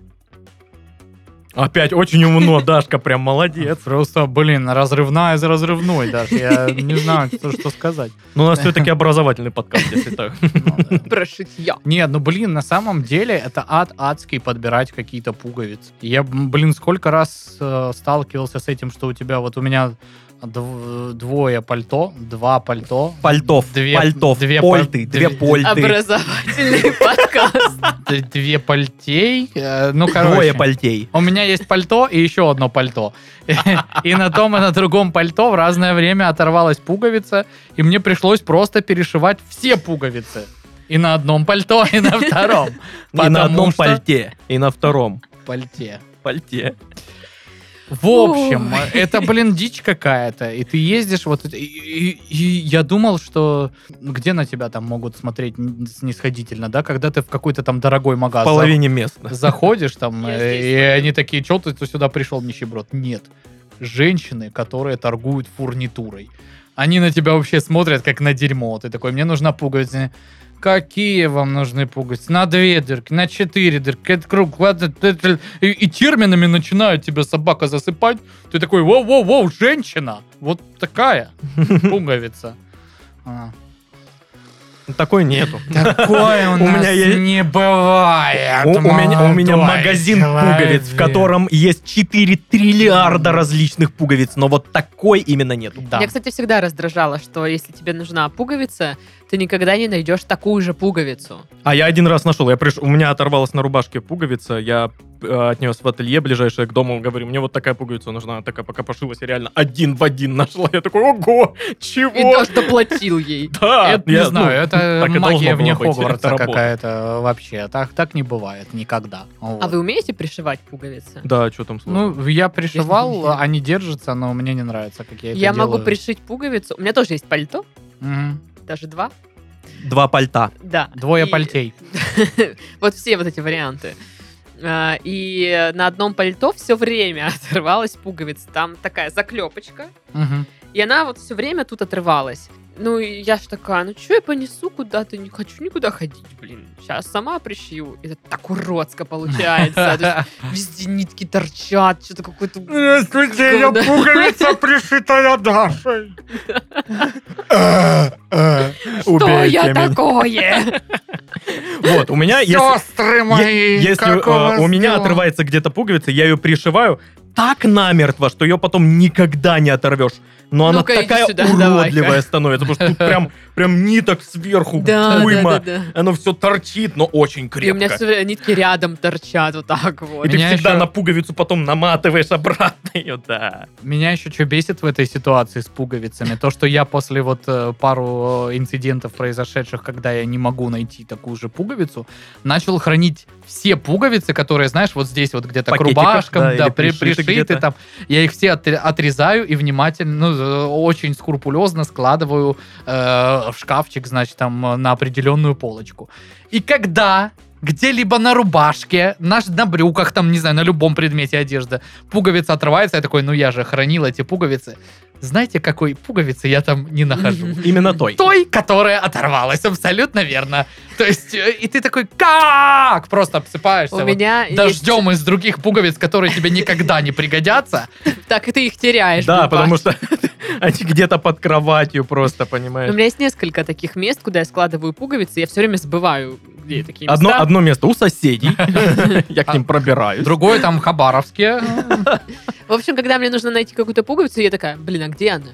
[SPEAKER 3] Опять очень умно, Дашка, прям молодец.
[SPEAKER 2] Просто, блин, разрывная из разрывной даже. Я не знаю, что, что сказать.
[SPEAKER 3] Но у нас все-таки образовательный подкаст, если так.
[SPEAKER 2] Ну, да.
[SPEAKER 1] Про шитье.
[SPEAKER 2] Нет, ну блин, на самом деле это ад адский подбирать какие-то пуговицы. Я, м, блин, сколько раз э, сталкивался с этим, что у тебя вот у меня дв- двое пальто, два пальто,
[SPEAKER 3] Пальтов,
[SPEAKER 2] Две-
[SPEAKER 3] пальтов,
[SPEAKER 2] две
[SPEAKER 3] польты,
[SPEAKER 2] паль-
[SPEAKER 3] две
[SPEAKER 2] две-
[SPEAKER 3] польты,
[SPEAKER 1] Образовательный подкаст.
[SPEAKER 2] д- две пальтей, э, ну
[SPEAKER 3] двое
[SPEAKER 2] короче.
[SPEAKER 3] пальтей.
[SPEAKER 2] У меня есть пальто и еще одно пальто. И на том и на другом пальто в разное время оторвалась пуговица, и мне пришлось просто перешивать все пуговицы. И на одном пальто, и на втором.
[SPEAKER 3] И на
[SPEAKER 2] Потому
[SPEAKER 3] одном
[SPEAKER 2] что-
[SPEAKER 3] пальте, и на втором
[SPEAKER 2] Пальте.
[SPEAKER 3] пальте.
[SPEAKER 2] В общем, это, блин, дичь какая-то. И ты ездишь вот... И, и- и я думал, что... Где на тебя там могут смотреть н- снисходительно, да? Когда ты в какой-то там дорогой
[SPEAKER 3] В
[SPEAKER 2] магазин
[SPEAKER 3] половине места.
[SPEAKER 2] заходишь там,
[SPEAKER 1] Я
[SPEAKER 2] э,
[SPEAKER 1] здесь
[SPEAKER 2] и они такие, что ты сюда пришел, нищеброд? Нет. Женщины, которые торгуют фурнитурой. Они на тебя вообще смотрят, как на дерьмо. Ты такой, мне нужна пуговица. Какие вам нужны пуговицы? На две дырки, на четыре дырки, это круг, ладно, т- т- и, и терминами начинают тебя собака засыпать. Ты такой, воу-воу-воу, женщина! Вот такая пуговица. А.
[SPEAKER 3] Такой нету.
[SPEAKER 2] Такое у
[SPEAKER 3] У меня
[SPEAKER 2] нас
[SPEAKER 3] есть-
[SPEAKER 2] не бывает.
[SPEAKER 3] У, у меня, у меня
[SPEAKER 2] молодой
[SPEAKER 3] магазин пуговиц,
[SPEAKER 2] А
[SPEAKER 3] в
[SPEAKER 2] человек.
[SPEAKER 3] котором есть 4 триллиарда различных пуговиц, но вот такой именно нету.
[SPEAKER 2] Да.
[SPEAKER 1] Меня, кстати, всегда раздражало, что если тебе нужна пуговица, ты никогда не найдешь такую же пуговицу.
[SPEAKER 3] А я один раз нашел, я приш... у меня оторвалась на рубашке пуговица, я э, отнес в ателье ближайшее к дому, говорю, мне вот такая пуговица нужна, она такая пока пошилась, и реально один в один нашла. Я такой, ого,
[SPEAKER 1] И
[SPEAKER 3] чего?
[SPEAKER 1] то, что платил ей.
[SPEAKER 3] Да,
[SPEAKER 2] Это,
[SPEAKER 3] я,
[SPEAKER 2] не знаю,
[SPEAKER 3] ну,
[SPEAKER 2] это
[SPEAKER 3] так
[SPEAKER 2] магия
[SPEAKER 3] и должно
[SPEAKER 2] вне
[SPEAKER 3] было быть, это
[SPEAKER 2] Хогвартса
[SPEAKER 3] работа.
[SPEAKER 2] какая-то вообще. Так, так не бывает никогда. Вот.
[SPEAKER 1] А вы умеете пришивать пуговицы?
[SPEAKER 3] Да, что там сложно?
[SPEAKER 2] Ну, я пришивал,
[SPEAKER 1] умею.
[SPEAKER 2] они держатся, но мне не нравится, как я это
[SPEAKER 1] Я могу
[SPEAKER 2] делаю.
[SPEAKER 1] пришить пуговицу. У меня тоже есть пальто,
[SPEAKER 2] Мгм.
[SPEAKER 1] даже два.
[SPEAKER 3] Два пальта.
[SPEAKER 1] Да.
[SPEAKER 2] Двое
[SPEAKER 1] И-
[SPEAKER 2] пальтей.
[SPEAKER 1] Вот все вот эти варианты. А, И на одном пальто все время отрывалась пуговица. Там такая заклепочка.
[SPEAKER 2] Мгм.
[SPEAKER 1] И она вот все время тут отрывалась. Ну, и я ж такая, ну что я понесу куда-то, не хочу никуда ходить, блин. Сейчас сама пришью. И Это так уродско получается. То есть Везде нитки торчат, что-то какое-то...
[SPEAKER 3] Э,
[SPEAKER 2] Здравствуйте,
[SPEAKER 1] я Да.
[SPEAKER 2] пуговица пришитая Дашей.
[SPEAKER 1] Что я такое?
[SPEAKER 3] Вот, у меня, если,
[SPEAKER 2] Сестры мои,
[SPEAKER 3] Если
[SPEAKER 2] как
[SPEAKER 3] э,
[SPEAKER 2] вас
[SPEAKER 3] у меня
[SPEAKER 2] дела?
[SPEAKER 3] отрывается где-то пуговица, я ее пришиваю так намертво, что ее потом никогда не оторвешь. Но она
[SPEAKER 1] Ну-ка, иди
[SPEAKER 3] такая
[SPEAKER 1] сюда,
[SPEAKER 3] уродливая
[SPEAKER 1] давай-ка.
[SPEAKER 3] становится, потому что тут прям, прям ниток сверху
[SPEAKER 1] Да,
[SPEAKER 3] уйма.
[SPEAKER 1] да, да, да.
[SPEAKER 3] Оно все торчит, но очень
[SPEAKER 1] И у меня
[SPEAKER 3] крепко.
[SPEAKER 1] все время нитки рядом торчат вот так
[SPEAKER 3] И
[SPEAKER 1] вот.
[SPEAKER 3] ты
[SPEAKER 2] Меня
[SPEAKER 3] всегда
[SPEAKER 2] еще-
[SPEAKER 3] на пуговицу потом наматываешь обратно ее, да.
[SPEAKER 2] Меня еще что бесит в этой ситуации с пуговицами, то, что я после вот э, пару э, инцидентов произошедших, когда я не могу найти такую же пуговицу, начал хранить все пуговицы, которые, знаешь, вот здесь вот где-то к
[SPEAKER 3] Пакетиках,
[SPEAKER 2] рубашкам,
[SPEAKER 3] да,
[SPEAKER 2] да,
[SPEAKER 3] или
[SPEAKER 2] при-
[SPEAKER 3] пришиты
[SPEAKER 2] пришиты
[SPEAKER 3] где-то.
[SPEAKER 2] там. Я их все отре- отрезаю и внимательно, ну, э, очень скрупулезно складываю э, в шкафчик, значит, там э, на определенную полочку. И когда где-либо на рубашке, на, ж- на брюках, там, не знаю, на любом предмете одежды, пуговица отрывается, я такой, ну я же хранил эти пуговицы. Знаете, какой пуговицы я там не нахожу?
[SPEAKER 3] Именно той.
[SPEAKER 2] Той, которая оторвалась, абсолютно верно. То есть, э, и ты такой, как? Просто обсыпаешься.
[SPEAKER 1] У
[SPEAKER 2] вот
[SPEAKER 1] меня есть...
[SPEAKER 2] Дождем из других пуговиц, которые тебе никогда не пригодятся.
[SPEAKER 1] Так, и ты их теряешь.
[SPEAKER 3] Да,
[SPEAKER 1] бывает.
[SPEAKER 3] потому что они где-то под кроватью просто,
[SPEAKER 1] Но Ну, У
[SPEAKER 3] понимаешь.
[SPEAKER 1] меня есть несколько таких мест, куда я складываю пуговицы, я все время забываю, где такие
[SPEAKER 3] Одно,
[SPEAKER 1] места.
[SPEAKER 3] одно место у соседей. Я к ним пробираюсь.
[SPEAKER 2] Другое там Хабаровске.
[SPEAKER 1] В общем, когда мне нужно найти какую-то пуговицу, я такая, блин, а где она?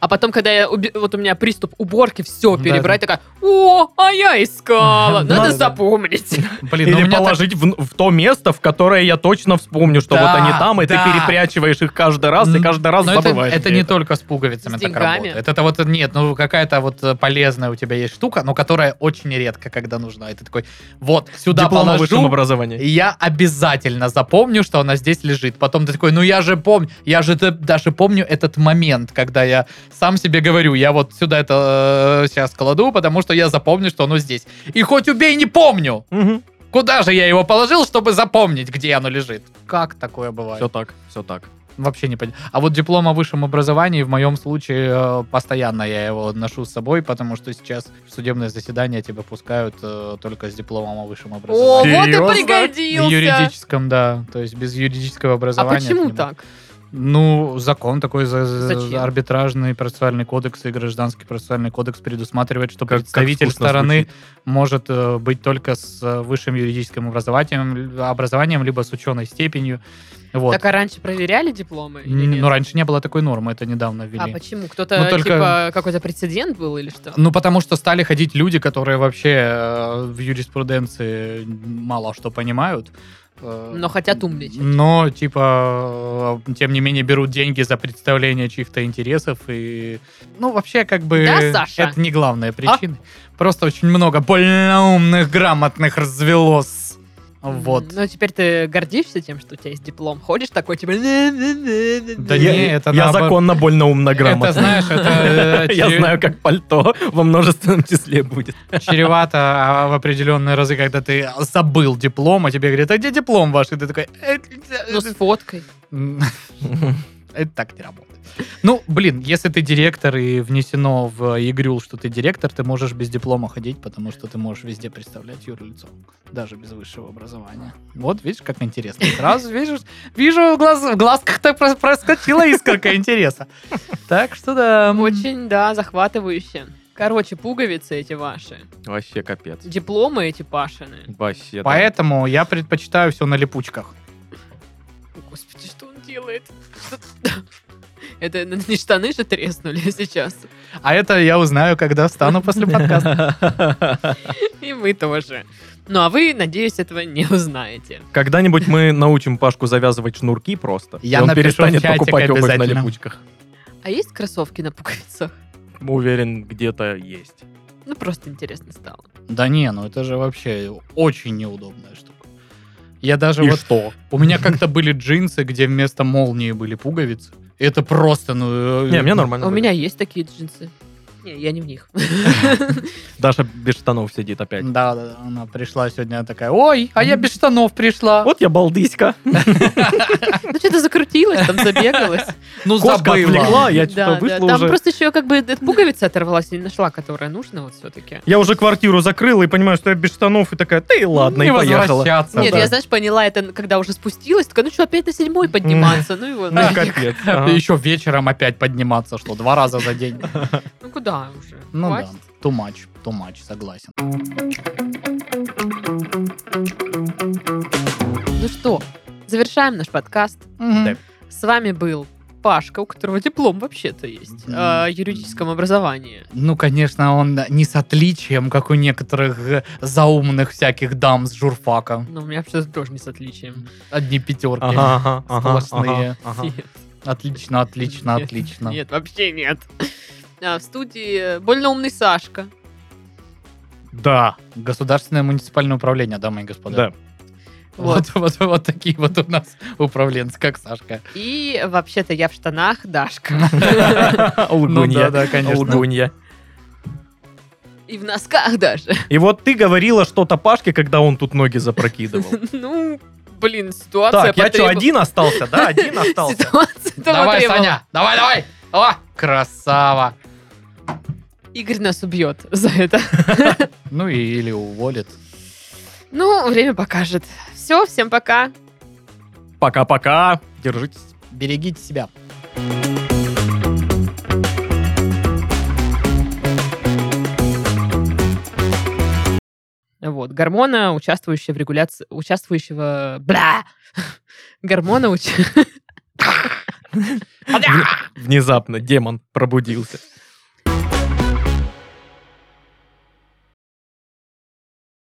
[SPEAKER 1] А потом, когда я уби- вот у меня приступ уборки, все
[SPEAKER 2] Да,
[SPEAKER 1] перебрать, такая, о, а я искала,
[SPEAKER 2] Да,
[SPEAKER 1] надо
[SPEAKER 2] да, да.
[SPEAKER 1] запомнить.
[SPEAKER 2] Блин, ну у
[SPEAKER 3] Или
[SPEAKER 2] меня так-
[SPEAKER 3] положить в, в то место, в которое я точно вспомню, что
[SPEAKER 2] Да,
[SPEAKER 3] вот они там, и
[SPEAKER 2] да.
[SPEAKER 3] ты перепрячиваешь их каждый раз, и
[SPEAKER 2] Н-
[SPEAKER 3] каждый раз
[SPEAKER 2] но это-
[SPEAKER 3] забываешь.
[SPEAKER 2] Это,
[SPEAKER 3] где
[SPEAKER 2] не только с пуговицами
[SPEAKER 1] С
[SPEAKER 2] так
[SPEAKER 1] деньгами.
[SPEAKER 2] работает. Это вот, нет, ну какая-то вот э, полезная у тебя есть штука, но которая очень редко, когда нужна. И ты такой, вот, сюда
[SPEAKER 3] Диплом о высшем
[SPEAKER 2] положу,
[SPEAKER 3] образовании.
[SPEAKER 2] и я обязательно запомню, что она здесь лежит. Потом ты такой, ну я же помню, я же д- даже помню этот момент, когда я сам себе говорю, я вот сюда это э, сейчас кладу, потому что я запомню, что оно здесь. И хоть убей, не помню!
[SPEAKER 3] Мгм.
[SPEAKER 2] Куда же я его положил, чтобы запомнить, где оно лежит? Как такое бывает?
[SPEAKER 3] Все так, все так.
[SPEAKER 2] вообще не понимаю. А вот диплом о высшем образовании в моем случае э, постоянно я его ношу с собой, потому что сейчас в судебное заседание тебя пускают э, только с дипломом о высшем
[SPEAKER 1] О,
[SPEAKER 2] образовании.
[SPEAKER 1] вот и
[SPEAKER 3] Серьезно?
[SPEAKER 1] пригодился.
[SPEAKER 2] юридическом, да. То есть без юридического
[SPEAKER 1] А
[SPEAKER 2] образования. ты
[SPEAKER 1] почему
[SPEAKER 2] не-
[SPEAKER 1] так?
[SPEAKER 2] Ну, закон такой за, за-
[SPEAKER 1] Зачем?
[SPEAKER 2] арбитражный процессуальный кодекс и гражданский процессуальный кодекс предусматривает, что
[SPEAKER 3] Как- как
[SPEAKER 2] представитель
[SPEAKER 3] вкусно
[SPEAKER 2] стороны
[SPEAKER 3] звучит.
[SPEAKER 2] может э, быть только с э, высшим юридическим образованием, л- образованием либо с ученой степенью. Вот.
[SPEAKER 1] Так а раньше проверяли дипломы? или
[SPEAKER 2] Н-
[SPEAKER 1] нет?
[SPEAKER 2] Но раньше не было такой нормы, это недавно ввели.
[SPEAKER 1] А почему? Кто-то,
[SPEAKER 2] Ну, только-
[SPEAKER 1] типа, какой-то прецедент был или что?
[SPEAKER 2] Ну, потому что стали ходить люди, которые вообще э, в юриспруденции мало что понимают. Э,
[SPEAKER 1] Но хотят умничать.
[SPEAKER 2] Но, типа, э, тем не менее, берут деньги за представление чьих-то интересов. И, ну, вообще, как бы,
[SPEAKER 1] Да, Саша? А?
[SPEAKER 2] это не главная причина. Просто очень много больно умных, грамотных развелось. Вот.
[SPEAKER 1] Ну, теперь ты гордишься тем, что у тебя есть диплом. Ходишь такой, типа... Да
[SPEAKER 2] Да
[SPEAKER 3] я,
[SPEAKER 2] не, это
[SPEAKER 3] я
[SPEAKER 2] наоборот.
[SPEAKER 3] законно больно умно
[SPEAKER 2] Это,
[SPEAKER 3] грамотно.
[SPEAKER 2] знаешь, это э,
[SPEAKER 3] Я
[SPEAKER 2] чре-
[SPEAKER 3] знаю, как пальто во множественном числе будет.
[SPEAKER 2] чревато а, в определенные разы, когда ты забыл диплом, а тебе говорят, а где диплом ваш? И ты такой... «Э,
[SPEAKER 1] Ну, с фоткой.
[SPEAKER 2] М, Это так не работает. Ну, блин, если ты директор и внесено в Игрюл, что ты директор, ты можешь без диплома ходить, потому что ты можешь везде представлять юрлицо, даже без высшего образования. Вот, видишь, как интересно. Сразу видишь, вижу в, глаз- в глазках так прос- проскочила искорка интереса. Так что да. м,
[SPEAKER 1] Очень, да, захватывающе. Короче, пуговицы эти ваши.
[SPEAKER 3] Вообще капец.
[SPEAKER 1] Дипломы эти пашины.
[SPEAKER 3] Вообще. да.
[SPEAKER 2] Поэтому я предпочитаю все на липучках.
[SPEAKER 1] Господи, что он делает? Что- Это ну, не штаны же треснули сейчас.
[SPEAKER 2] А это я узнаю, когда встану после подкаста.
[SPEAKER 1] И мы тоже. Ну, а вы, надеюсь, этого не узнаете.
[SPEAKER 3] Когда-нибудь мы научим Пашку завязывать шнурки просто.
[SPEAKER 2] Я
[SPEAKER 3] и он
[SPEAKER 2] напишу
[SPEAKER 3] перестанет
[SPEAKER 2] в чатик
[SPEAKER 3] покупать обувь на
[SPEAKER 2] обязательно.
[SPEAKER 3] липучках.
[SPEAKER 1] А есть кроссовки на пуговицах?
[SPEAKER 3] Уверен, где-то есть.
[SPEAKER 1] Ну, просто интересно стало.
[SPEAKER 3] А
[SPEAKER 2] Да не, ну это же вообще очень неудобная штука. Я даже
[SPEAKER 3] И
[SPEAKER 2] вот
[SPEAKER 3] что?
[SPEAKER 2] У меня как-то были джинсы, где вместо молнии были пуговицы. И Это просто, ну... э,
[SPEAKER 3] Не, мне нормально.
[SPEAKER 1] У
[SPEAKER 3] будет.
[SPEAKER 1] меня есть такие джинсы. Не, я не в них.
[SPEAKER 3] Даша без штанов сидит опять.
[SPEAKER 2] Да, да, да, она пришла сегодня такая, ой, а я без штанов пришла.
[SPEAKER 3] Вот я балдыська.
[SPEAKER 1] Ну, что-то закрутилась, там забегалась.
[SPEAKER 2] ну,
[SPEAKER 3] Кошка отвлекла, я
[SPEAKER 1] Да,
[SPEAKER 3] что-то
[SPEAKER 1] да.
[SPEAKER 3] вышла
[SPEAKER 1] Там
[SPEAKER 3] уже.
[SPEAKER 1] просто еще как бы эта пуговица оторвалась, я не нашла, которая нужна вот все-таки.
[SPEAKER 3] Я уже квартиру закрыла и понимаю, что я без штанов, и такая, да и
[SPEAKER 1] Ну,
[SPEAKER 3] ладно, и
[SPEAKER 2] Не
[SPEAKER 3] поехала.
[SPEAKER 2] возвращаться.
[SPEAKER 1] Нет,
[SPEAKER 2] да.
[SPEAKER 1] я, знаешь, поняла это, когда уже спустилась, такая, ну что, опять на седьмой подниматься, ну его
[SPEAKER 3] Ну,
[SPEAKER 1] нафиг.
[SPEAKER 3] капец. ага.
[SPEAKER 2] И Еще вечером опять подниматься, что два раза за день.
[SPEAKER 1] Ну куда уже,
[SPEAKER 2] Ну да,
[SPEAKER 1] хватит.
[SPEAKER 2] too much, too much, согласен.
[SPEAKER 1] Ну что, завершаем наш подкаст.
[SPEAKER 2] Мгм.
[SPEAKER 1] С вами был Пашка, у которого диплом вообще-то есть,
[SPEAKER 2] Мгм.
[SPEAKER 1] о юридическом образовании.
[SPEAKER 2] Ну, конечно, он не с отличием, как у некоторых э, заумных всяких дам с журфака.
[SPEAKER 1] Но Ну, у меня что-то тоже не с отличием.
[SPEAKER 2] Одни пятерки.
[SPEAKER 3] Ага, ага, ага,
[SPEAKER 2] Сплошные.
[SPEAKER 3] ага.
[SPEAKER 1] Нет,
[SPEAKER 2] Отлично, отлично,
[SPEAKER 1] Нет,
[SPEAKER 2] отлично.
[SPEAKER 1] Нет, вообще нет. А, в студии больно умный Сашка.
[SPEAKER 2] Да. Государственное муниципальное управление, дамы и господа.
[SPEAKER 3] Да.
[SPEAKER 1] Вот.
[SPEAKER 2] Вот, вот, вот такие вот у нас управленцы, как Сашка.
[SPEAKER 1] И вообще-то я в штанах Дашка.
[SPEAKER 2] да,
[SPEAKER 1] Ну
[SPEAKER 3] Лгунья.
[SPEAKER 2] да, конечно.
[SPEAKER 3] Лгунья.
[SPEAKER 1] И в носках даже.
[SPEAKER 3] И вот ты говорила что-то Пашке, когда он тут ноги запрокидывал.
[SPEAKER 1] Ну, блин, ситуация
[SPEAKER 3] Так, я что,
[SPEAKER 1] потребу-
[SPEAKER 3] один остался, да? Один остался.
[SPEAKER 1] Ситуация
[SPEAKER 2] Давай,
[SPEAKER 1] потребовала.
[SPEAKER 2] Саня, давай, давай. О, красава.
[SPEAKER 1] Игорь нас убьет за это.
[SPEAKER 2] Ну и или уволит.
[SPEAKER 1] Ну, время покажет. Все, всем пока.
[SPEAKER 3] Пока-пока. Держитесь.
[SPEAKER 2] Берегите себя.
[SPEAKER 1] Вот, гормона, участвующая в регуляции... Участвующего... Бля! Гормона уч-
[SPEAKER 3] Внезапно демон пробудился.